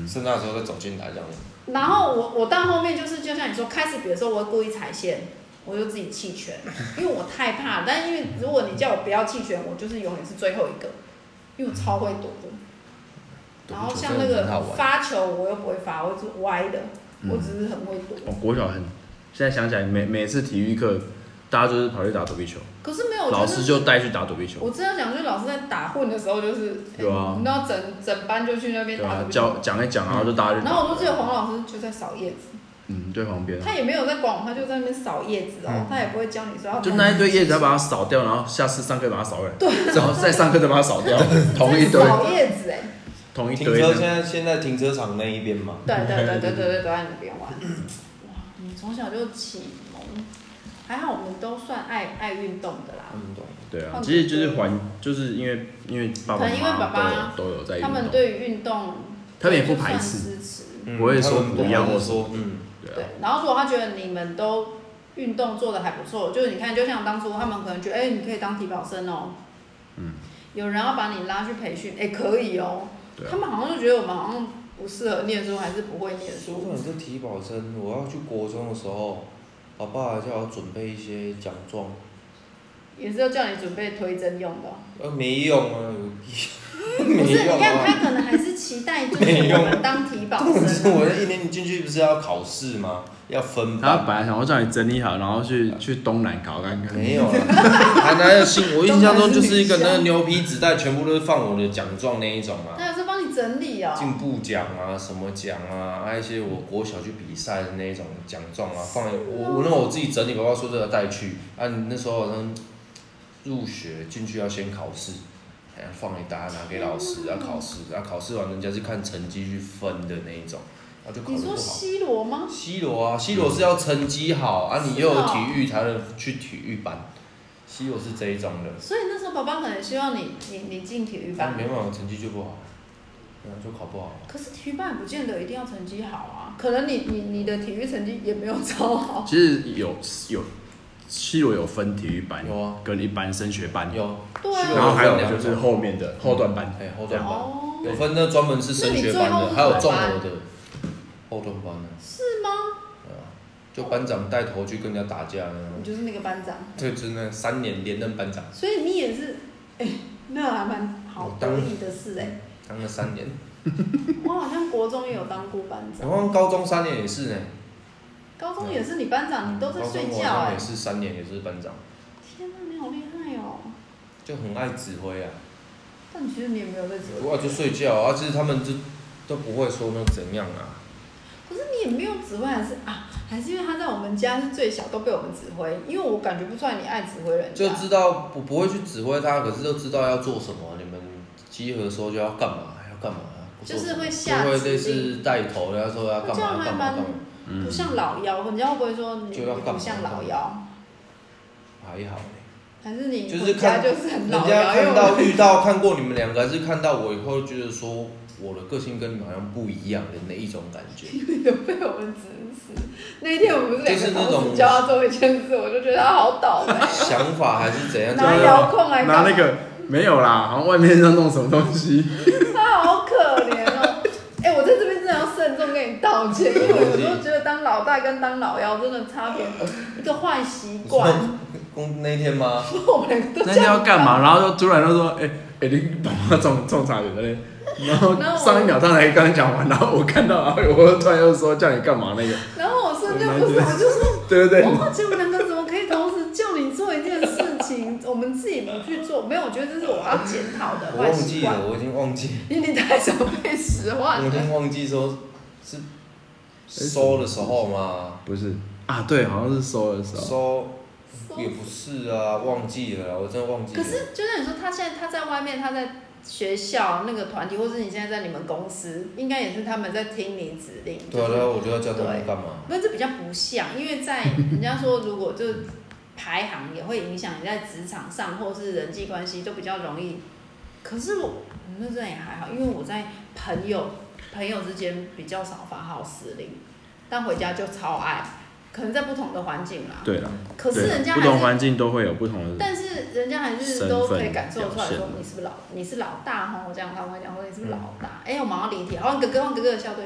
Speaker 4: 剩那的时候再走进来这样子。
Speaker 3: 然后我我到后面就是就像你说，开始比如说我会故意踩线，我就自己弃权，因为我太怕。但因为如果你叫我不要弃权，我就是永远是最后一个，因为我超会躲的。然后像那
Speaker 4: 躲避球真的很好
Speaker 3: 个
Speaker 4: 玩
Speaker 3: 发球，我又不会发，我就是歪的，我只是很会躲。
Speaker 1: 哦，国小很，现在想起来每每次体育课，大家就是跑去打躲避球，
Speaker 3: 可是没有，我觉
Speaker 1: 老
Speaker 3: 得
Speaker 1: 师就带去打躲避球，
Speaker 3: 我真的想，就是老师在打混的时候，就是哎
Speaker 1: 有啊
Speaker 3: 你知道整整班就去那边
Speaker 1: 对
Speaker 3: 打
Speaker 1: 啊
Speaker 3: 躲，避球嗯
Speaker 1: 教讲一讲，然后就大家就
Speaker 3: 然后我都记得黄老师就在扫叶子，
Speaker 1: 嗯，对旁边啊，
Speaker 3: 他也没有在管我，他就在那边扫叶子哦，他也不会教你说要
Speaker 1: 嗯就
Speaker 3: 怎么
Speaker 1: 那一堆叶子要把它扫掉，然后下次上课把它扫回来，对，然后再上课再把它扫 掉，同一堆，
Speaker 3: 扫叶子哎，
Speaker 1: 同一
Speaker 4: 停
Speaker 1: 堆
Speaker 4: 车
Speaker 1: 的，
Speaker 4: 现在现在停车场那一边嘛，
Speaker 3: 对对对对对对，都在那边玩。哇，你从小就启蒙，还好我们都算爱爱运动的啦。
Speaker 4: 嗯，对，
Speaker 1: 对啊，其实就是环，就是因为因为爸爸
Speaker 3: 可能因为
Speaker 1: 妈
Speaker 3: 爸
Speaker 1: 妈
Speaker 3: 爸
Speaker 1: 都有都有在运
Speaker 3: 他们
Speaker 1: 动，
Speaker 3: 对于运动，
Speaker 1: 他们也不排斥
Speaker 3: 就算支持。
Speaker 4: 嗯
Speaker 1: 我也说
Speaker 4: 他们
Speaker 1: 不要
Speaker 4: 我说嗯，
Speaker 1: 对
Speaker 3: 对
Speaker 1: 啊，，
Speaker 3: 然后如果他觉得你们都运动做的还不错，就是你看，就像当初他们可能觉得，哎、你可以当体保生哦，
Speaker 1: 嗯，
Speaker 3: 有人要把你拉去培训，哎、可以哦，
Speaker 1: 对啊
Speaker 3: 他们好像就觉得我们好像不适合念书，还是不会念
Speaker 4: 如
Speaker 3: 书
Speaker 4: 果，你是体保生，我要去国中的时候，我爸叫我准备一些奖状，
Speaker 3: 也是要叫你准备推甄用的哦、
Speaker 4: 呃，没用啊，有屁
Speaker 3: 不
Speaker 4: 没
Speaker 3: 是，
Speaker 4: 用
Speaker 3: 你看
Speaker 4: 啊。
Speaker 3: 他可能还是期待，就是
Speaker 4: 没用
Speaker 3: 我们当体保
Speaker 4: 不是
Speaker 3: 生啊。
Speaker 4: 我一年进去不是要考试吗？要分
Speaker 1: 他
Speaker 4: 班。
Speaker 1: 本来想要叫你整理好，然后去去东南搞看看，
Speaker 4: 没有 啊，还哪有信？我印象中就是一个那个牛皮纸袋，全部都是放我的奖状那一种啊。
Speaker 3: 他有时帮你整理哦，
Speaker 4: 进步奖啊，什么奖啊，还有一些我国小去比赛的那一种奖状啊，放我我那我自己整理，包括说这个带去啊。你那时候好像入学进去要先考试，还要放一大拿给老师，
Speaker 3: 嗯
Speaker 4: 要考试，啊考试完人家是看成绩去分的那一种，啊就考
Speaker 3: 你
Speaker 4: 得
Speaker 3: 说
Speaker 4: 不好。
Speaker 3: C 罗吗？
Speaker 4: C 罗啊，C 罗是要成绩好啊，你又
Speaker 3: 是
Speaker 4: 有
Speaker 3: 哦
Speaker 4: 体育才能去体育班，C 罗是这一种的，
Speaker 3: 所以那时候爸爸可能希望你你你进体育
Speaker 4: 但
Speaker 3: 班
Speaker 4: 没，办法，成绩就不好，然后就考不好。
Speaker 3: 可是体育班也不见得一定要成绩好啊，可能你你你的体育成绩也没有超好。
Speaker 1: 其实有有西罗有分体育班，
Speaker 4: 有啊
Speaker 1: 跟一般升学班，
Speaker 4: 有，
Speaker 3: 对啊
Speaker 4: C 罗
Speaker 1: 然后还有
Speaker 4: 分两
Speaker 1: 就是
Speaker 4: 种
Speaker 1: 后面的后段班，
Speaker 4: 哎，后段班
Speaker 3: 哦，
Speaker 4: 有分那专门是升学班
Speaker 3: 那你最
Speaker 4: 的，
Speaker 3: 后是
Speaker 4: 还有综
Speaker 3: 哪
Speaker 4: 合
Speaker 3: 班
Speaker 4: 的后段班呢，
Speaker 3: 是吗？
Speaker 4: 对啊，就班长带头去跟人家打架呢，
Speaker 3: 你就是那个班长，
Speaker 4: 对，真的三年连任班长，
Speaker 3: 所以你也是，哎、那还蛮好得意的事哎、
Speaker 4: 当了三年，
Speaker 3: 我好像国中也有当过班
Speaker 4: 然
Speaker 3: 长，
Speaker 4: 后高中三年也是呢，
Speaker 3: 高中也是你班长，啊你都在
Speaker 4: 高
Speaker 3: 睡
Speaker 4: 中
Speaker 3: 觉
Speaker 4: 好像
Speaker 3: 哎、
Speaker 4: 也是三年也是班长，
Speaker 3: 天哪、你好厉害哦！
Speaker 4: 就很爱指挥啊，
Speaker 3: 但其实你也没有在指挥，
Speaker 4: 哇，就睡觉啊，其实他们就都不会说那怎样啊，
Speaker 3: 可是你也没有指挥，还是啊，还是因为他在我们家是最小，都被我们指挥，因为我感觉不出来你爱指挥人
Speaker 4: 就
Speaker 3: 家。
Speaker 4: 知道不不会去指挥他，可是就知道要做什么，你们集合的时候就要干嘛，要干嘛。啊
Speaker 3: 就是
Speaker 4: 做什么
Speaker 3: 会下
Speaker 4: 就会
Speaker 3: 指
Speaker 4: 类似带头的，他说要
Speaker 3: 那
Speaker 4: 干
Speaker 3: 这样
Speaker 4: 嘛
Speaker 3: 还
Speaker 4: 干嘛
Speaker 3: 蛮
Speaker 4: 干嘛，
Speaker 3: 不像老妖，人家会不会说你
Speaker 4: 就要
Speaker 3: 你
Speaker 4: 干
Speaker 3: 不
Speaker 4: 嘛
Speaker 3: 像
Speaker 4: 干嘛
Speaker 3: 老妖？
Speaker 4: 还好欸。
Speaker 3: 还是你
Speaker 4: 就是
Speaker 3: 回家
Speaker 4: 看
Speaker 3: 就是很
Speaker 4: 人
Speaker 3: 老
Speaker 4: 家
Speaker 3: 妖？因为
Speaker 4: 看 到
Speaker 3: 我
Speaker 4: 遇到看过你们两个，还是看到我以后觉得说我的个性跟你们好像不一样的那一种感觉。
Speaker 3: 有被我们指使。那一天我们不是两
Speaker 4: 就是
Speaker 3: 个
Speaker 4: 那
Speaker 3: 同
Speaker 4: 种。
Speaker 3: 时教他做一件事，我就觉得他好倒霉
Speaker 4: 想法还是怎样？
Speaker 3: 拿遥控来干嘛
Speaker 1: 拿那个没有啦，好像外面要弄什么东西，
Speaker 3: 他好可怜哦。哎、我在这边真的要慎重跟你道歉，因为我有时候觉得当老大跟当老幺真的差别一个坏习
Speaker 4: 你
Speaker 3: 惯。
Speaker 4: 说 公那一天吗？
Speaker 3: 我们两个都
Speaker 1: 那
Speaker 3: 这
Speaker 1: 天要
Speaker 3: 样
Speaker 1: 干嘛？然后就突然就说，哎、哎、你爸爸种种茶园的嘞。然后
Speaker 3: 那我
Speaker 1: 上一秒他才刚讲完，然后我看到，然后我又突然又说叫你干嘛 那个，
Speaker 3: 然后我瞬间不爽，就说
Speaker 1: 对不对？
Speaker 3: 我忘记我们两个怎么可以同时叫你做一件事情， 我们自己不去做，没有，我觉得这是我要检讨的
Speaker 4: 我
Speaker 3: 坏
Speaker 4: 忘
Speaker 3: 习
Speaker 4: 记
Speaker 3: 惯
Speaker 4: 了，。我已经忘记，
Speaker 3: 因为你太常被使
Speaker 4: 我
Speaker 3: 唤
Speaker 4: 已
Speaker 3: 了。
Speaker 4: 经忘记说是收的时候嘛，
Speaker 1: 不是啊，对，好像是收的时候，
Speaker 4: 收也不是啊，忘记了啦，我真的忘记
Speaker 3: 可
Speaker 4: 了。
Speaker 3: 是就像你说，他现在他在外面，他在学校那个团体，或是你现在在你们公司，应该也是他们在听你指令。
Speaker 4: 对啊，
Speaker 3: 就
Speaker 4: 然
Speaker 3: 是
Speaker 4: 后我就要叫他们干嘛？
Speaker 3: 那这比较不像，因为在人家说，如果就是排行也会影响你在职场上或是人际关系，就比较容易可是我那阵也还好，因为我在朋友朋友之间比较少发号施令，但回家就超爱，可能在不同的环境啦。
Speaker 1: 对啦，
Speaker 3: 可是
Speaker 1: 对
Speaker 3: 人家
Speaker 1: 不同
Speaker 3: 还是，
Speaker 1: 环境都会有不同的，
Speaker 3: 但是人家还是
Speaker 1: 身
Speaker 3: 都可
Speaker 1: 份
Speaker 3: 以感受出来
Speaker 1: 表
Speaker 3: 说
Speaker 1: 现
Speaker 3: 你是不是老你是老大哈，我这样他会讲说你是不是老大？哎、我马上离题，好，哥哥换哥哥的校队，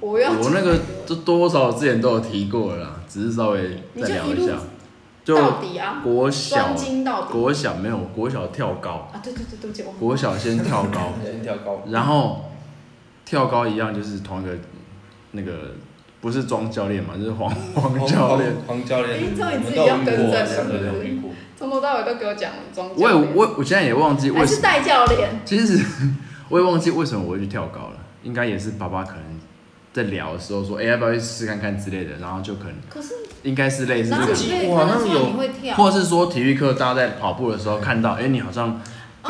Speaker 3: 我要
Speaker 1: 我那个这多少之前都有提过了啦，只是稍微
Speaker 3: 你
Speaker 1: 再
Speaker 3: 就
Speaker 1: 聊
Speaker 3: 一
Speaker 1: 一
Speaker 3: 路
Speaker 1: 下。就
Speaker 3: 到底啊，
Speaker 1: 国
Speaker 3: 专
Speaker 1: 小，
Speaker 3: 精到底
Speaker 1: 国小没有，国小跳高，
Speaker 3: 啊！对对对，对不起，我
Speaker 1: 国小先跳高，
Speaker 4: 先跳高，
Speaker 1: 然后跳高一样就是同一个那个不是庄教练嘛，就是黄 黄教练。，
Speaker 4: 黄教练，
Speaker 3: 哎终于自
Speaker 4: 我们
Speaker 3: 己
Speaker 4: 都
Speaker 3: 要
Speaker 4: 有遇
Speaker 3: 更
Speaker 4: 过，
Speaker 3: 正了
Speaker 4: 三个
Speaker 3: 是
Speaker 4: 都
Speaker 3: 不
Speaker 4: 有
Speaker 3: 是
Speaker 4: 遇过，
Speaker 3: 从头到尾都给我讲中
Speaker 1: 我
Speaker 3: 教
Speaker 1: 也
Speaker 3: 练，
Speaker 1: 我我现在也忘记为
Speaker 3: 还
Speaker 1: 什
Speaker 3: 是带教练，
Speaker 1: 其实 我也忘记为什么我会去跳高了，应该也是爸爸可能在聊的时候说，哎、要不要去试看看之类的，然后就可能
Speaker 3: 可是
Speaker 1: 应该是类似
Speaker 3: 哪
Speaker 1: 这
Speaker 3: 里
Speaker 1: 个
Speaker 3: 可以
Speaker 4: 我好
Speaker 3: 看得
Speaker 4: 像
Speaker 3: 出来
Speaker 4: 有
Speaker 3: 你会跳？
Speaker 1: 或者是说体育课大家在跑步的时候看到，哎、你好像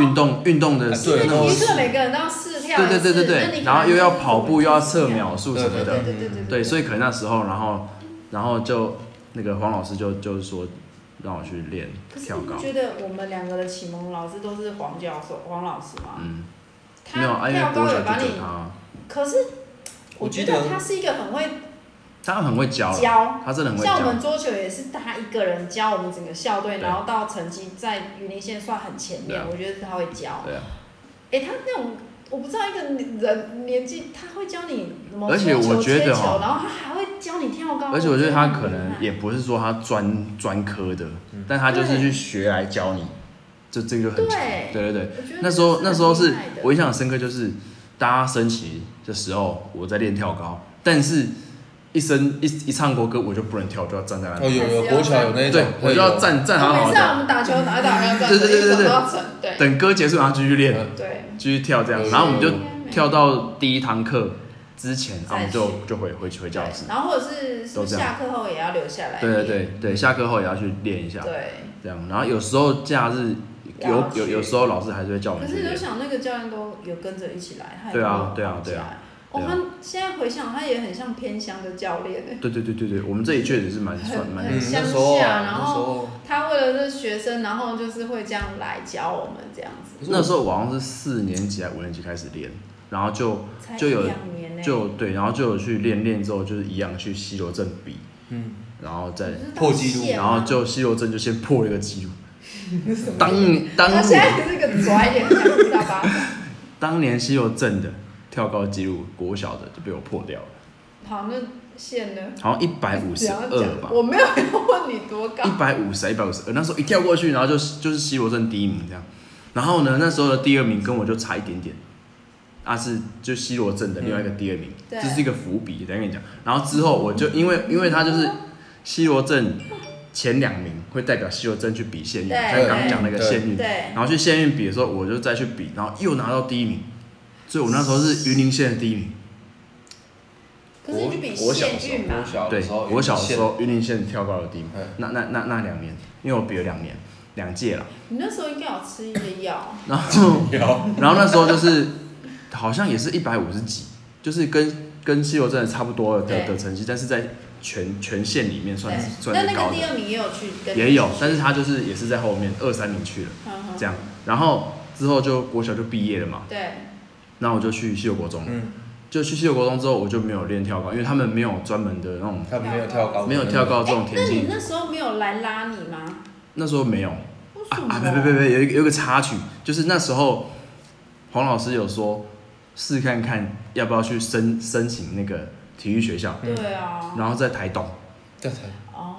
Speaker 1: 运动运、动的
Speaker 4: 啊
Speaker 1: 是
Speaker 4: 对
Speaker 1: 那
Speaker 3: 因为
Speaker 1: 种
Speaker 3: 体育课每个人都要试跳一
Speaker 1: 对
Speaker 3: 次，
Speaker 1: 对对对
Speaker 3: 那
Speaker 1: 对，
Speaker 3: 你
Speaker 1: 然后又要跑步又要测
Speaker 3: 测
Speaker 1: 秒数什么
Speaker 3: 对
Speaker 1: 的，
Speaker 3: 对对对对
Speaker 1: 对，所以可能那时候，然后然后就那个黄老师就就是说让我去练
Speaker 3: 可是
Speaker 1: 跳
Speaker 3: 你不
Speaker 1: 高，
Speaker 3: 觉得我们两个的启蒙老师都是黄教授、黄老师吗？
Speaker 1: 嗯，
Speaker 3: 他
Speaker 1: 没有，啊，因为
Speaker 3: 跳
Speaker 1: 国
Speaker 3: 高
Speaker 1: 小
Speaker 3: 有把
Speaker 1: 就
Speaker 3: 你
Speaker 1: 给，他，
Speaker 3: 可是我觉
Speaker 4: 我
Speaker 3: 得
Speaker 4: 记得
Speaker 3: 他是一个很会
Speaker 1: 他很会教啦，
Speaker 3: 教，
Speaker 1: 他真的很会
Speaker 3: 像我
Speaker 1: 教
Speaker 3: 们，桌球也是他一个人教我们整个校队，
Speaker 1: 对
Speaker 3: 然后到成绩在云林县算很前
Speaker 1: 对
Speaker 3: 面
Speaker 1: 啊，
Speaker 3: 我觉得他会教。
Speaker 1: 对啊。
Speaker 3: 哎、他那种我不知道一个人年纪，他会教你什么
Speaker 1: 而且
Speaker 3: 搓球
Speaker 1: 我觉得
Speaker 3: 切球
Speaker 1: 哦
Speaker 3: 然后他还会教你跳高。
Speaker 1: 而且我觉得他
Speaker 3: 真的很
Speaker 1: 可
Speaker 3: 厉
Speaker 1: 能
Speaker 3: 害
Speaker 1: 也不是说他专专科的，
Speaker 4: 嗯
Speaker 1: 但他就是去学来教你，就这个就很强。
Speaker 3: 对
Speaker 1: 对对对，
Speaker 3: 我觉得
Speaker 1: 那时候
Speaker 3: 这
Speaker 1: 那时候
Speaker 3: 很厉
Speaker 1: 是
Speaker 3: 害的
Speaker 1: 我印象很深刻，就是大家升旗的时候我在练跳高，但是一升一一唱国歌我就不能跳，我就要站在那
Speaker 4: 哦
Speaker 1: 里，
Speaker 4: 有有国小有那种
Speaker 1: 对，我就要，站站好
Speaker 3: 哦
Speaker 1: 好
Speaker 3: 每次啊我
Speaker 1: 的，
Speaker 3: 们打球打一打，然后
Speaker 1: 对对对对对
Speaker 3: 对对
Speaker 1: 等歌结束然后继续练，
Speaker 4: 嗯
Speaker 3: 对，
Speaker 1: 继续跳这样，
Speaker 4: 有
Speaker 1: 然后我们就
Speaker 4: 有
Speaker 1: 跳到第一堂课之前，然后我们
Speaker 3: 再
Speaker 1: 就就回回去回教
Speaker 3: 对
Speaker 1: 室。
Speaker 3: 然后或者是是不
Speaker 1: 都
Speaker 3: 是
Speaker 1: 这样
Speaker 3: 下课后也要留下来？
Speaker 1: 对对对对，下课后也要去练一下。
Speaker 3: 对。
Speaker 1: 这样，然后有时候假日有
Speaker 3: 要去
Speaker 1: 有有时候老师还是会叫我
Speaker 3: 可
Speaker 1: 们
Speaker 3: 是
Speaker 1: 去
Speaker 3: 你就
Speaker 1: 练，
Speaker 3: 想那个教练都有跟着一起来，他也
Speaker 1: 对啊
Speaker 3: 没有
Speaker 1: 对啊对啊对
Speaker 3: 放假。哦，
Speaker 1: 啊
Speaker 3: 他现在回想，他也很像偏乡的教练 欸
Speaker 1: 对对对对对，我们这里确实是蛮算蛮
Speaker 4: 嗯，
Speaker 3: 乡
Speaker 4: 那时候
Speaker 3: 下
Speaker 4: 啊，
Speaker 3: 然
Speaker 4: 那
Speaker 3: 后
Speaker 4: 时候，
Speaker 3: 他为了这学生，然后就是会这样来教我们这样子，
Speaker 1: 那时候我好像是四年级还是五年级开始练，然后就
Speaker 3: 才
Speaker 1: 就
Speaker 3: 一
Speaker 1: 有
Speaker 3: 两年欸呢，
Speaker 1: 就对，然后就有去练练之后就是一样去西罗镇比，
Speaker 4: 嗯，
Speaker 1: 然后再
Speaker 3: 不是
Speaker 4: 破纪录
Speaker 3: 当县
Speaker 1: 然后
Speaker 3: 吗
Speaker 1: 就西罗镇就先破了一个纪 录，当当
Speaker 3: 他现
Speaker 1: 年
Speaker 3: 在是个拽脸，像一大巴掌。
Speaker 1: 当年西罗镇的跳高纪录国小的就被我破掉了，
Speaker 3: 好，那线呢？
Speaker 1: 好像一百五十
Speaker 3: 哎不要
Speaker 1: 二
Speaker 3: 讲
Speaker 1: 吧，
Speaker 3: 我没有要问你多高，
Speaker 1: 一百五十，一百五十二。那时候一跳过去，然后就是就是西罗镇第一名这样。然后呢，那时候的第二名跟我就差一点点，啊是就西罗镇的另外一个第二名，
Speaker 3: 嗯对
Speaker 1: 这是一个伏笔，等一下跟你讲。然后之后我就因为因为他就是西罗镇前两名会代表西罗镇去比县运，
Speaker 3: 对
Speaker 1: 像刚刚讲那个县运，
Speaker 3: 对
Speaker 1: 然后去县运比的时候，我就再去比，然后又拿到第一名，所以我那时候是云林县的第一名。
Speaker 3: 可是你就比
Speaker 1: 国小
Speaker 3: 县
Speaker 1: 的时候
Speaker 3: 运
Speaker 4: 国
Speaker 3: 嘛，
Speaker 4: 小
Speaker 1: 对
Speaker 4: 的时候，，
Speaker 1: 我小的时，候云林县跳高的第一名
Speaker 4: 嗯，
Speaker 1: 那那那那两年，因为我比了两年两届 了。
Speaker 3: 你那时候应该有吃一些药，
Speaker 1: 然后，然后那时候就是好像也是一百五十几，就是跟跟西游真的差不多的
Speaker 3: 对
Speaker 1: 的成绩，但是在全全县里面算
Speaker 3: 对
Speaker 1: 是，算
Speaker 3: 但
Speaker 1: 是
Speaker 3: 那
Speaker 1: 高
Speaker 3: 个第
Speaker 1: 的，
Speaker 3: 二名也有去跟你
Speaker 1: 也有，但是他就是也是在后面二三名去了
Speaker 3: 嗯哼
Speaker 1: 这样，然后之后就国小就毕业了嘛，
Speaker 3: 对，
Speaker 1: 然后我就去西游国中，
Speaker 4: 嗯，
Speaker 1: 就去西游国中之后我就没有练跳高，因为他们没有专门的那种
Speaker 4: 他没有跳高，
Speaker 1: 没有跳，高这种
Speaker 3: 哎那
Speaker 1: 田
Speaker 3: 你
Speaker 1: 径，
Speaker 3: 那时候没有来拉你吗？
Speaker 1: 那时候没有，
Speaker 3: 为什
Speaker 1: 啊
Speaker 3: 么？
Speaker 1: 啊！别别别别，有一个有一个插曲，就是那时候黄老师有说试看看要不要去申申请那个体育学校，
Speaker 3: 对啊，
Speaker 1: 然后在台东，
Speaker 4: 这才
Speaker 3: 哦，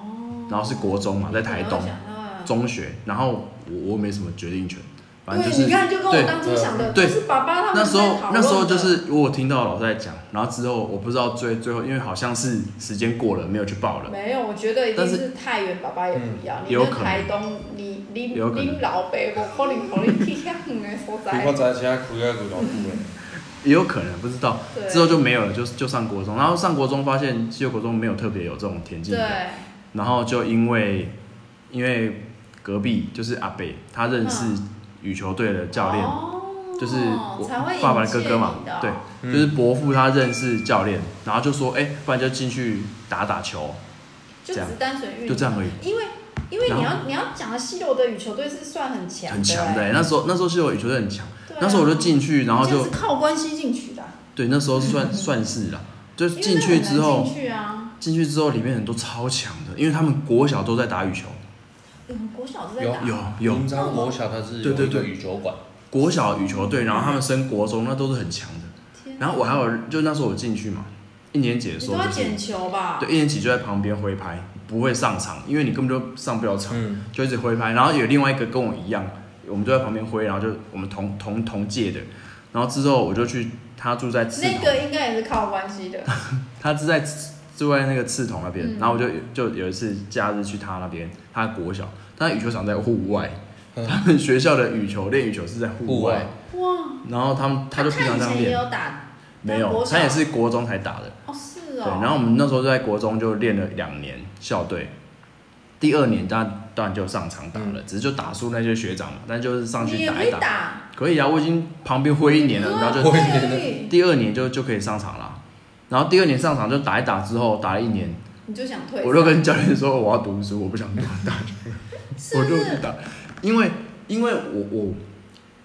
Speaker 1: 然后是国中嘛，在台东
Speaker 3: 我想嗯到了
Speaker 1: 中学，然后我我没什么决定权，反正就
Speaker 3: 对，你
Speaker 1: 是
Speaker 3: 看就跟我
Speaker 1: 对
Speaker 3: 当初想的，
Speaker 1: 对
Speaker 3: 就是爸爸他们
Speaker 1: 那时候
Speaker 3: 在讨论的
Speaker 1: 那时候就是我有听到老师在讲，然后之后我不知道最最后因为好像是时间过了没有去报了，
Speaker 3: 没有，我觉得一定
Speaker 1: 但是
Speaker 3: 是太原爸爸也不要，你
Speaker 1: 有
Speaker 3: 跟
Speaker 1: 可能
Speaker 3: 台东，你你
Speaker 1: 有可能
Speaker 3: 你老爸无可能同你 去遐远的所在
Speaker 4: 我。在家哭个骨头骨了，
Speaker 1: 也有可能不知道
Speaker 3: 对，
Speaker 1: 之后就没有了，就就上国中，然后上国中发现西游国中没有特别有这种田径
Speaker 3: 对
Speaker 1: 的。然后就因为因为隔壁就是阿北，他认识羽球队的教练，
Speaker 3: 哦
Speaker 1: 就是
Speaker 3: 才
Speaker 1: 我
Speaker 3: 会
Speaker 1: 爸爸的哥
Speaker 3: 引
Speaker 1: 哥
Speaker 3: 荐
Speaker 1: 嘛
Speaker 3: 你的哦，
Speaker 1: 对，就是伯父他认识教练，然后就说，哎、不然就进去打打球，
Speaker 3: 就
Speaker 1: 这样
Speaker 3: 只单纯运动
Speaker 1: 就这样而已。
Speaker 3: 因为因为你
Speaker 1: 然
Speaker 3: 要你要讲的西罗的羽球队是算很强的、
Speaker 1: 很强的、
Speaker 3: 欸
Speaker 1: 欸。那时候那时候是有羽球队很强，
Speaker 3: 对啊
Speaker 1: 那时候我就进去，然后
Speaker 3: 这样
Speaker 1: 就是
Speaker 3: 靠关系进去的啊、
Speaker 1: 对那时候 算算是啦，就
Speaker 3: 因为
Speaker 1: 进去之
Speaker 3: 那很难
Speaker 1: 后
Speaker 3: 进去啊，
Speaker 1: 进去之后里面很多超强的，因为他们国小都在打羽球，
Speaker 3: 我们国小就在
Speaker 4: 有
Speaker 3: 打，
Speaker 1: 有有
Speaker 4: 平常国小它是
Speaker 1: 对
Speaker 4: 有
Speaker 1: 对
Speaker 4: 一个
Speaker 1: 对
Speaker 4: 羽球馆，
Speaker 1: 国小羽球队，然后他们升国中那都是很强的。
Speaker 3: 天啊
Speaker 1: 然后我还有就那时候我进去嘛，一年级的
Speaker 3: 你
Speaker 1: 时
Speaker 3: 都
Speaker 1: 候
Speaker 3: 要
Speaker 1: 就是
Speaker 3: 捡球吧？
Speaker 1: 对一年级就在旁边挥拍，不会上场，因为你根本就上不了场。
Speaker 4: 嗯，
Speaker 1: 就一直挥拍，然后有另外一个跟我一样，我们就在旁边挥，然后就我们同同同届的，然后之后我就去，他住在刺
Speaker 3: 那
Speaker 1: 桐，
Speaker 3: 个应该也是靠关系 的，
Speaker 1: 他住在住在那个刺桐那边，
Speaker 3: 嗯
Speaker 1: 然后我就就有一次假日去他那边，他的国小，他的羽球场在户外，
Speaker 4: 嗯
Speaker 1: 他们学校的羽球练羽球是在户
Speaker 4: 户外
Speaker 3: 哇！
Speaker 1: 然后他们他就平
Speaker 3: 他
Speaker 1: 常
Speaker 3: 以
Speaker 1: 这样
Speaker 3: 前也
Speaker 1: 练，
Speaker 3: 有打，
Speaker 1: 没
Speaker 3: 他国
Speaker 1: 有，
Speaker 3: 小
Speaker 1: 他也是国中才打的，
Speaker 3: 哦是
Speaker 1: 对，
Speaker 3: 哦，
Speaker 1: 然后我们那时候就在国中就练了两年校队，第二年当然当然就上场打了，只是就打输那些学长嘛，但就是上
Speaker 3: 嗯你
Speaker 1: 去
Speaker 3: 也
Speaker 1: 打
Speaker 3: 可
Speaker 1: 一
Speaker 3: 以
Speaker 1: 打，
Speaker 3: 打，
Speaker 1: 可以啊，我已经旁边挥一年了，然后
Speaker 3: 对
Speaker 1: 就
Speaker 4: 挥
Speaker 3: 啊
Speaker 4: 年了
Speaker 3: 可以
Speaker 1: 第二年就就可以上场了。然后第二年上场就打一打之后，打了一年，
Speaker 3: 你就想退赛，
Speaker 1: 我就跟教练说我要读书，我不想打，
Speaker 3: 是
Speaker 1: 我
Speaker 3: 不
Speaker 1: 就不
Speaker 3: 是？
Speaker 1: 打，因为因为我我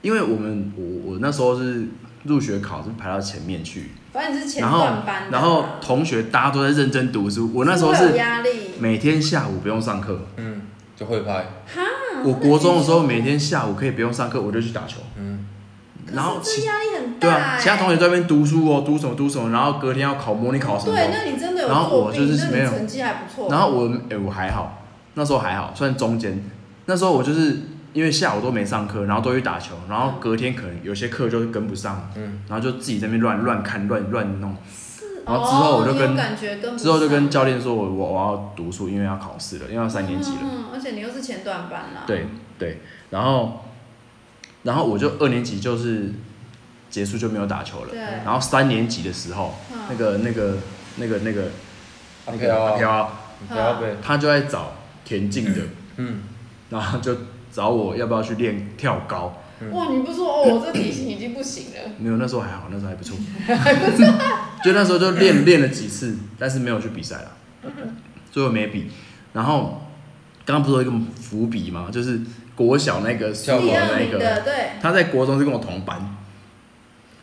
Speaker 1: 因为我们我我那时候是入学考是排到前面去，
Speaker 3: 反正你是前
Speaker 1: 然后
Speaker 3: 段班的啊，
Speaker 1: 然后同学大家都在认真读书，我那时候
Speaker 3: 会有
Speaker 1: 是
Speaker 3: 压力，
Speaker 1: 每天下午不用上课，
Speaker 4: 嗯，就会拍，
Speaker 3: 哈，
Speaker 1: 我国中的时候每天下午可以不用上课，我就去打球，
Speaker 4: 嗯，
Speaker 1: 然后
Speaker 3: 可是
Speaker 1: 其
Speaker 3: 这压力很大
Speaker 1: 对
Speaker 3: 欸，
Speaker 1: 啊，其他同学在那边读书哦，读什么读什么，然后隔天要考模拟考什么哦
Speaker 3: 对，
Speaker 1: 的。
Speaker 3: 那你真的有
Speaker 1: 然后
Speaker 3: 作
Speaker 1: 我
Speaker 3: 弊
Speaker 1: 就是
Speaker 3: 那
Speaker 1: 没
Speaker 3: 你
Speaker 1: 有
Speaker 3: 成绩还不错，
Speaker 1: 然后我哎、我还好，那时候还好，算中间。那时候我就是因为下午都没上课，然后都去打球，然后隔天可能有些课就跟不上，
Speaker 4: 嗯，
Speaker 1: 然后就自己在那边乱乱看乱乱弄。
Speaker 3: 是
Speaker 1: 然后之后我就
Speaker 3: 哦你有
Speaker 1: 跟
Speaker 3: 感觉跟不
Speaker 1: 之后就跟
Speaker 3: 上
Speaker 1: 教练说我我我要读书，因为要考试了，因为要三年级了。
Speaker 3: 嗯，嗯嗯而且你又是前段班啦，
Speaker 1: 对对，然后然后我就二年级就是结束就没有打球了，
Speaker 3: 对
Speaker 1: 然后三年级的时候，
Speaker 3: 嗯
Speaker 1: 那个那个那个那个
Speaker 4: 阿
Speaker 1: 那
Speaker 4: 飘
Speaker 1: 个阿
Speaker 4: 啊，
Speaker 1: 飘啊。
Speaker 4: 你不要被，
Speaker 1: 他就在找田径的，
Speaker 4: 嗯，
Speaker 1: 然后就找我要不要去练跳高。
Speaker 3: 哇，你不说哦，我这体型已经不行了，
Speaker 1: 没有，那时候还好，那时候还不错，就那时候就练练了几次，但是没有去比赛了，最后没比。然后刚刚不是有一个伏笔吗？就是国小那个
Speaker 4: 跳
Speaker 1: 苏
Speaker 3: 第
Speaker 4: 高
Speaker 1: 国
Speaker 3: 二
Speaker 1: 那
Speaker 3: 名
Speaker 1: 个，
Speaker 3: 的，对，
Speaker 1: 他在国中是跟我同班，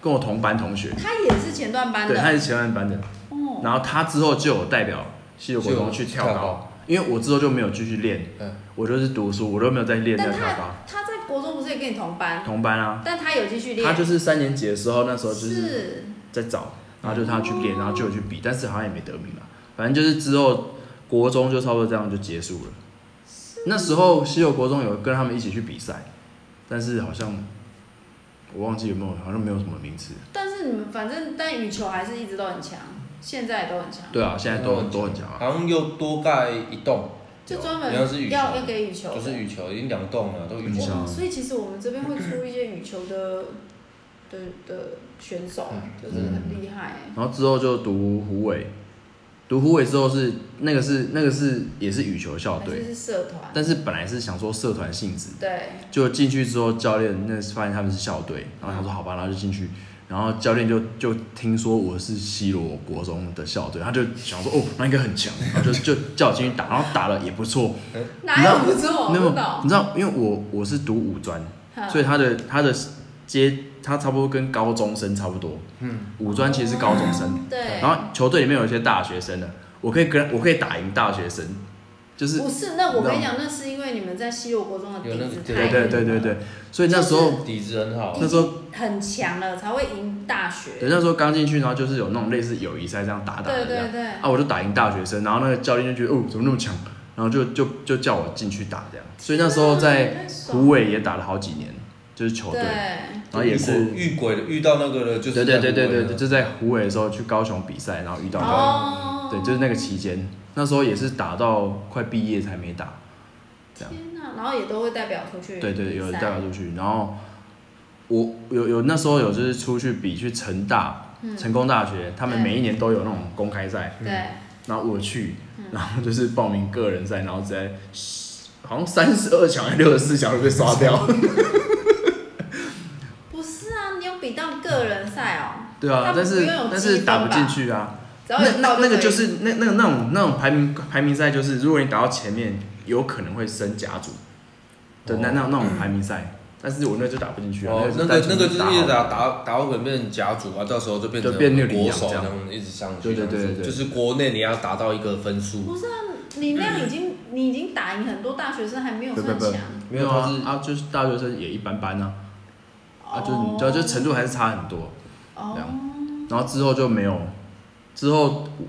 Speaker 1: 跟我同班同学，
Speaker 3: 他也是前段班
Speaker 1: 对，他
Speaker 3: 的，
Speaker 1: 是前班班的。
Speaker 3: 哦，
Speaker 1: 然后他之后就有代表西游国中去跳
Speaker 4: 就跳
Speaker 1: 高
Speaker 4: 高，
Speaker 1: 因为我之后就没有继续练，
Speaker 4: 嗯
Speaker 1: 我就是读书，我都没有再练那
Speaker 3: 但
Speaker 1: 个跳高
Speaker 3: 他。他在国中不是也跟你同班，
Speaker 1: 同班啊，
Speaker 3: 但他有继续练，
Speaker 1: 他就是三年级的时候，那时候就是
Speaker 3: 是
Speaker 1: 在找，然后就他去练，然后就有去比，但是好像也没得名啊。反正就是之后国中就差不多这样就结束了。那时候西游国中有跟他们一起去比赛，但是好像我忘记有没有，好像没有什么名次。
Speaker 3: 但是你们反正但羽球还是一直都很强，现在也都很强，
Speaker 1: 对啊，现在
Speaker 4: 没
Speaker 1: 都
Speaker 3: 嗯
Speaker 4: 有
Speaker 1: 都很强啊。
Speaker 4: 好像又多盖一栋，
Speaker 3: 就专
Speaker 4: 你要是
Speaker 3: 门
Speaker 4: 羽球
Speaker 3: 要要给羽球的，
Speaker 4: 就是羽球已经两栋了，都羽
Speaker 1: 羽
Speaker 4: 球
Speaker 1: 球，
Speaker 3: 哇所以其实我们这边会出一些羽球的的的选手，
Speaker 1: 嗯
Speaker 3: 就是很厉害欸。
Speaker 1: 然后之后就读虎尾，读虎尾之后是那个是那个是也是羽球校
Speaker 3: 还是
Speaker 1: 队，
Speaker 3: 是社团，
Speaker 1: 但是本来是想说社团性质，
Speaker 3: 对，
Speaker 1: 就进去之后，教练那是发现他们是校队，然后他说好吧，然后就进去，然后教练就就听说我是西罗国中的校队，他就想说哦，那应该很强，然后就就叫我进去打，然后打了也不错，
Speaker 3: 哪有不错？
Speaker 1: 那
Speaker 3: 不
Speaker 1: 么
Speaker 3: 懂
Speaker 1: 你知道，因为我我是读五专，
Speaker 3: 哼
Speaker 1: 所以他的他的接他差不多跟高中生差不多，
Speaker 4: 嗯，
Speaker 1: 五专其实是高中生，
Speaker 3: 对，
Speaker 1: 然后球队里面有一些大学生的，我可以跟我可以打赢大学生，就是
Speaker 3: 不是？那我跟你讲，那是因为你们在西洛国中的底
Speaker 4: 有那
Speaker 3: 子
Speaker 4: 个
Speaker 3: 太
Speaker 1: 对对对对对，所以那时候
Speaker 4: 底子很好
Speaker 1: 那，时候
Speaker 3: 很强了，才会赢大
Speaker 1: 对，
Speaker 3: 学。
Speaker 1: 那时候刚进去，然后就是有那种类似友谊赛这样打打
Speaker 3: 对
Speaker 1: 的这样
Speaker 3: 对。对，
Speaker 1: 啊，我就打赢大学生，然后那个教练就觉得哦，怎么那么强，然后就就就叫我进去打这样。所以那时候在虎尾也打了好几年，就是球队，然
Speaker 3: 嗯对，
Speaker 1: 后也是
Speaker 4: 遇鬼的，遇到那个的，就是
Speaker 1: 对对对对对，对
Speaker 4: 在湖啊
Speaker 1: 就在虎尾的时候去高雄比赛，然后遇到他，
Speaker 3: 哦，
Speaker 1: 对，就是那个期间，那时候也是打到快毕业才没打，这样
Speaker 3: 天哪，然后也都会代表出去比赛，
Speaker 1: 对对，有人带我出去，然后我有有那时候有就是出去比去成大、
Speaker 3: 嗯
Speaker 1: 成功大学，他们
Speaker 3: 对
Speaker 1: 每一年都有那种公开赛，
Speaker 3: 对，
Speaker 1: 然后我去，然后就是报名个人赛，然后直接好像三十二强还六十四强就被刷 掉。
Speaker 3: 不是啊，你有比到个人赛哦，
Speaker 1: 对啊
Speaker 3: 他，
Speaker 1: 但
Speaker 3: 们不
Speaker 1: 是
Speaker 3: 用有
Speaker 1: 啊但
Speaker 3: 积
Speaker 1: 是
Speaker 3: 分
Speaker 1: 打不
Speaker 3: 吧
Speaker 1: 进去啊，
Speaker 3: 哦只要
Speaker 1: 那
Speaker 3: 有
Speaker 1: 那
Speaker 3: 到
Speaker 1: 那个
Speaker 3: 可以
Speaker 1: 就是那那个那种那种排名排名赛，就是如果你打到前面，有可能会升甲组的那那那种排名赛，但是我那就打不进去啊
Speaker 4: 哦，，那
Speaker 1: 哦个
Speaker 4: 个那个就是一直
Speaker 1: 打好，
Speaker 4: 打打打到可能变成甲组啊，到时候就变
Speaker 1: 就
Speaker 4: 成
Speaker 1: 变六零
Speaker 4: 国
Speaker 1: 洋
Speaker 4: 手
Speaker 1: 这样
Speaker 4: 一直上去
Speaker 1: 对
Speaker 4: 这
Speaker 1: 对
Speaker 4: 样子。
Speaker 1: 对对对
Speaker 4: 就是国内你要达到一个分数，
Speaker 3: 不是啊？你那样已经你已经打赢很多大学生，还没有
Speaker 1: 不不
Speaker 3: 算
Speaker 1: 不
Speaker 3: 强。
Speaker 1: 没有啊啊，就是大学生也一般般啊，啊就是你知道，
Speaker 3: 哦
Speaker 1: 就程度还是差很多，这
Speaker 3: 哦
Speaker 1: 样，然后之后就没有，之后胡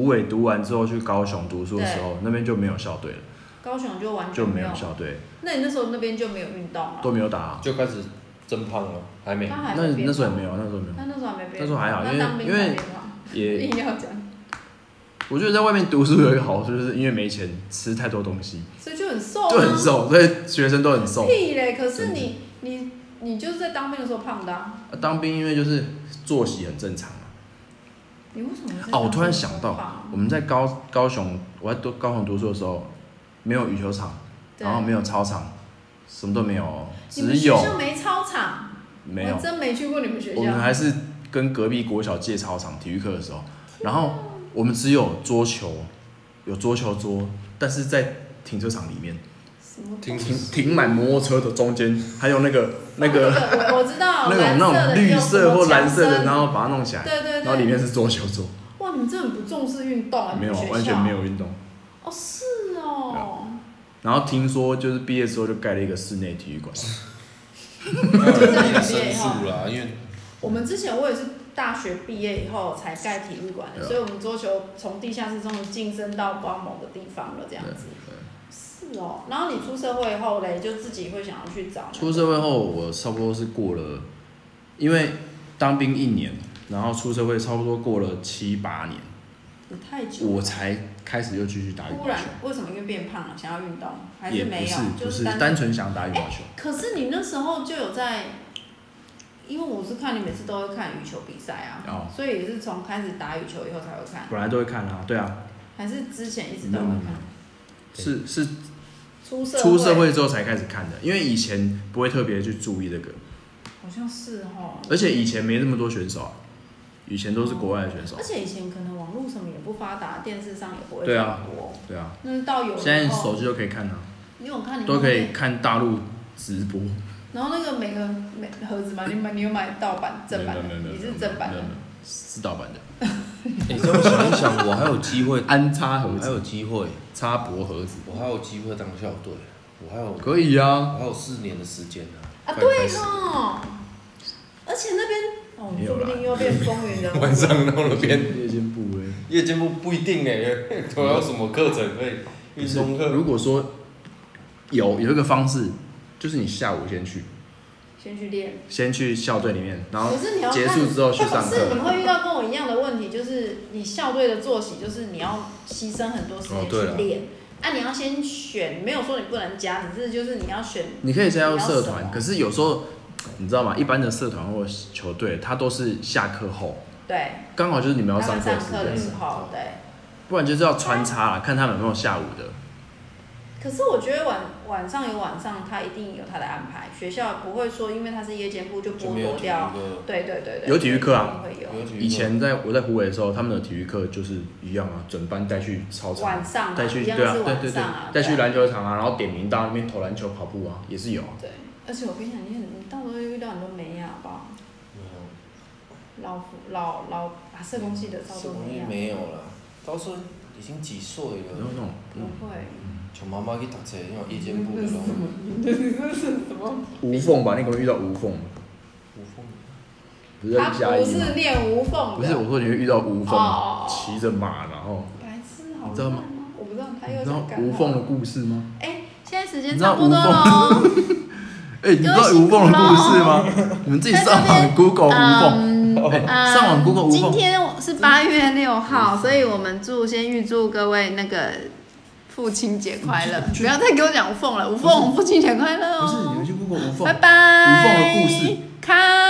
Speaker 1: 胡伟读完之后去高雄读书的时候，那边就没有校队了，
Speaker 3: 高雄就完全
Speaker 1: 就没有
Speaker 3: 哦有。哦
Speaker 1: 校队，
Speaker 3: 那你那时候那边就没有运动了
Speaker 1: 都？没有打啊，
Speaker 4: 就开始增胖了，还没
Speaker 3: 他还
Speaker 1: 那
Speaker 3: 没变
Speaker 1: 那时候也
Speaker 3: 胖
Speaker 1: 没有，那时 候没有。
Speaker 3: 他那时候还没变胖，
Speaker 1: 那时候还好因为
Speaker 3: 他当兵
Speaker 1: 因为
Speaker 3: 才变胖
Speaker 1: 也，
Speaker 3: 硬要讲，
Speaker 1: 我觉得在外面读书有一个好处，就是因为没钱吃太多东 西，
Speaker 3: 所以就很瘦、啊，
Speaker 1: 就很瘦，所以学生都很瘦。
Speaker 3: 屁嘞！可是你你你就是在当兵的时候胖的、啊，
Speaker 1: 啊当兵因为就是作息很正常啊。
Speaker 3: 你为什么在
Speaker 1: 哦，我突然
Speaker 3: 当兵的时候
Speaker 1: 想到
Speaker 3: 胖，
Speaker 1: 我们在高高雄，我在读高雄读书的时候，没有羽球场，
Speaker 3: 对
Speaker 1: 然后没有操场，什么都没有哦，
Speaker 3: 你们
Speaker 1: 只
Speaker 3: 学
Speaker 1: 有
Speaker 3: 校没操场，
Speaker 1: 没有
Speaker 3: 我，真没去过你们学校。
Speaker 1: 我们还是跟隔壁国小借操场体育课的时候，
Speaker 3: 啊
Speaker 1: 然后我们只有桌球，有桌球桌，但是在停车场里面。
Speaker 3: 什么
Speaker 4: 停
Speaker 1: 停停满摩托车的中间，还有那个那个
Speaker 3: 我我知道，
Speaker 1: 那种
Speaker 3: 哦蓝
Speaker 1: 那
Speaker 3: 色的
Speaker 1: 种绿
Speaker 3: 有什
Speaker 1: 色
Speaker 3: 么
Speaker 1: 或蓝色
Speaker 3: 强
Speaker 1: 的，
Speaker 3: 森
Speaker 1: 然后把它弄起来，
Speaker 3: 对对
Speaker 1: 然后里
Speaker 3: 对，
Speaker 1: 面是桌球桌，
Speaker 3: 哇，你们真的很不重视运动啊！你
Speaker 1: 没
Speaker 3: 们
Speaker 1: 有
Speaker 3: 学校
Speaker 1: 完全没。有运动。
Speaker 3: 哦，是哦，
Speaker 1: 啊然后听说就是毕业之后就盖了一个室内体育馆，
Speaker 4: 就是
Speaker 3: 很厉害
Speaker 4: 申诉啦， 因为
Speaker 3: 我们之前我也是大学毕业以后才盖体育馆
Speaker 1: 对
Speaker 3: 的，
Speaker 1: 啊
Speaker 3: 所以我们桌球从地下室终于晋升到不知道某个地方了，这样子。是哦，然后你出社会以后嘞，就自己会想要去找、
Speaker 1: 出社会后，我差不多是过了，因为当兵一年，然后出社会差不多过了七八年，
Speaker 3: 你太久了，
Speaker 1: 我才开始又继续打羽
Speaker 3: 突
Speaker 1: 毛
Speaker 3: 然
Speaker 1: 球，
Speaker 3: 为什么因为变胖了，想要运动，还
Speaker 1: 也
Speaker 3: 没
Speaker 1: 不
Speaker 3: 有，
Speaker 1: 是
Speaker 3: 就
Speaker 1: 不是
Speaker 3: 单
Speaker 1: 单纯想打羽毛球。
Speaker 3: 可是你那时候就有在，因为我是看你每次都会看羽球比赛啊，
Speaker 1: 哦
Speaker 3: 所以也是从开始打羽球以后才会看，
Speaker 1: 本来都会看啊，对啊，
Speaker 3: 还是之前一直都有看？
Speaker 1: 是是
Speaker 3: 出社
Speaker 1: 出社会之后才开始看的，因为以前不会特别去注意这个，
Speaker 3: 好像是哦，
Speaker 1: 而且以前没那么多选手啊，以前都是国外的选手
Speaker 3: 而，且以前可能网络什么也不发达，电视上也不会
Speaker 1: 对啊
Speaker 3: 转播，
Speaker 1: 对啊，
Speaker 3: 那是到有以后
Speaker 1: 现在手机都可以看啊，
Speaker 3: 因为我看你
Speaker 1: 都可以
Speaker 3: 后面，
Speaker 1: 看大陆直播，
Speaker 3: 然后那个每个每盒子嘛，你买你有买盗版正版
Speaker 1: 没有
Speaker 3: 的
Speaker 1: 没有，没有
Speaker 3: 你是正版
Speaker 1: 没有
Speaker 3: 的
Speaker 1: 没
Speaker 3: 啊
Speaker 1: 有，是盗版的，哎
Speaker 4: 你这么想一想，我还有机会，
Speaker 1: 安插盒
Speaker 4: 我还
Speaker 1: 子，
Speaker 4: 有机会，
Speaker 1: 插脖盒子，
Speaker 4: 我还有机会当校队，我还有
Speaker 1: 可以啊，
Speaker 4: 我还有四年的时间呢。
Speaker 3: 啊，
Speaker 4: 快开
Speaker 3: 对
Speaker 4: 始
Speaker 3: 哦，而且那边哦，
Speaker 1: 没
Speaker 3: 你
Speaker 1: 有
Speaker 3: 说
Speaker 1: 啦
Speaker 3: 不定又变风 云人物
Speaker 4: 晚上弄了变
Speaker 1: 夜间部位。
Speaker 4: 夜间部不一定哎， 都有什么课程可以运动课？
Speaker 1: 如果说有有一个方式，就是你下午先去，
Speaker 3: 先去练。
Speaker 1: 先去校队里面，然后
Speaker 3: 可是你要看
Speaker 1: 结束之后去上
Speaker 3: 可是你
Speaker 1: 课，
Speaker 3: 会遇到跟我一样的问题，就是你校队的作息，就是你要牺牲很多时
Speaker 4: 哦
Speaker 3: 间
Speaker 4: 对
Speaker 3: 去
Speaker 4: 了
Speaker 3: 练。啊，你要先选，没有说你不能加，只是就是你要选。
Speaker 1: 你可以加入社
Speaker 3: 你要什么
Speaker 1: 团，可是有时候你知道吗？一般的社团或球队，它都是下课后，
Speaker 3: 对，
Speaker 1: 刚好就是你们要
Speaker 3: 他
Speaker 1: 上
Speaker 3: 们
Speaker 1: 课
Speaker 3: 上
Speaker 1: 的时
Speaker 3: 课的
Speaker 1: 间，
Speaker 3: 时候，对。
Speaker 1: 不然就是要穿插啊啦，看他们有没有下午的。
Speaker 3: 可是我觉得晚晚上有晚上，他一定有他的安排。学校不会说，因为他是夜间部就
Speaker 4: 就
Speaker 3: 剥
Speaker 4: 没有
Speaker 3: 夺
Speaker 4: 体育
Speaker 3: 掉。
Speaker 4: 课，
Speaker 3: 对对对对。
Speaker 1: 有体育课啊
Speaker 3: 一定会有。
Speaker 4: 没有体育课
Speaker 1: 以前在我在湖北的时候，他们的体育课就是一样啊，整班带去操场
Speaker 3: 晚，上啊
Speaker 1: 带去
Speaker 3: 一样
Speaker 1: 对啊，
Speaker 3: 是
Speaker 1: 对
Speaker 3: 晚
Speaker 1: 对对
Speaker 3: 上啊，
Speaker 1: 带去
Speaker 3: 对啊
Speaker 1: 篮球场啊，然后点名到那边投篮球、跑步啊，也是有啊。
Speaker 3: 对，而且我跟你讲，你很你到时候又遇到很多美亚，好不好？
Speaker 4: 嗯
Speaker 3: 老夫老老啊，社工系的超
Speaker 4: 什
Speaker 3: 多
Speaker 4: 么
Speaker 3: 美
Speaker 4: 也
Speaker 3: 亚。
Speaker 4: 没有了，到时候已经几岁
Speaker 1: 然后
Speaker 4: 了，
Speaker 1: 那种
Speaker 3: 不会，
Speaker 1: 嗯
Speaker 4: 像妈妈去读册，那种夜间部的
Speaker 3: 那是
Speaker 4: 那种
Speaker 3: 什么？这是什么？
Speaker 1: 无缝吧，那个会遇到无缝，
Speaker 4: 无风。
Speaker 1: 不是在
Speaker 3: 他
Speaker 1: 嘉
Speaker 3: 不
Speaker 1: 义吗？
Speaker 3: 是练无缝的，
Speaker 1: 啊不是，我说你会遇到无缝
Speaker 3: 哦，
Speaker 1: 骑着马，然后
Speaker 3: 白痴，好
Speaker 1: 你知道
Speaker 3: 烂
Speaker 1: 吗
Speaker 3: 吗？我不知道他
Speaker 1: 你
Speaker 3: 又
Speaker 1: 知道
Speaker 3: 想干
Speaker 1: 无
Speaker 3: 嘛。
Speaker 1: 缝的故事吗？
Speaker 3: 哎，现在时间
Speaker 1: 你知道
Speaker 3: 差不多
Speaker 1: 无
Speaker 3: 了
Speaker 1: 缝
Speaker 3: 哦，
Speaker 1: 哎，你知道无缝的故事 吗？你们自己上网 Google 无缝，
Speaker 3: 嗯
Speaker 1: 哎，上网 Google 无
Speaker 3: 今
Speaker 1: 缝，
Speaker 3: 天是八月六号，所以我们祝先预祝各位那个父亲节快
Speaker 1: 嗯
Speaker 3: 乐！不要再给我讲无缝了，无缝父亲节快乐
Speaker 1: 不是你
Speaker 3: 哦
Speaker 1: 们！去 Google 无缝
Speaker 3: 拜，拜。
Speaker 1: 无缝的故事
Speaker 3: 开。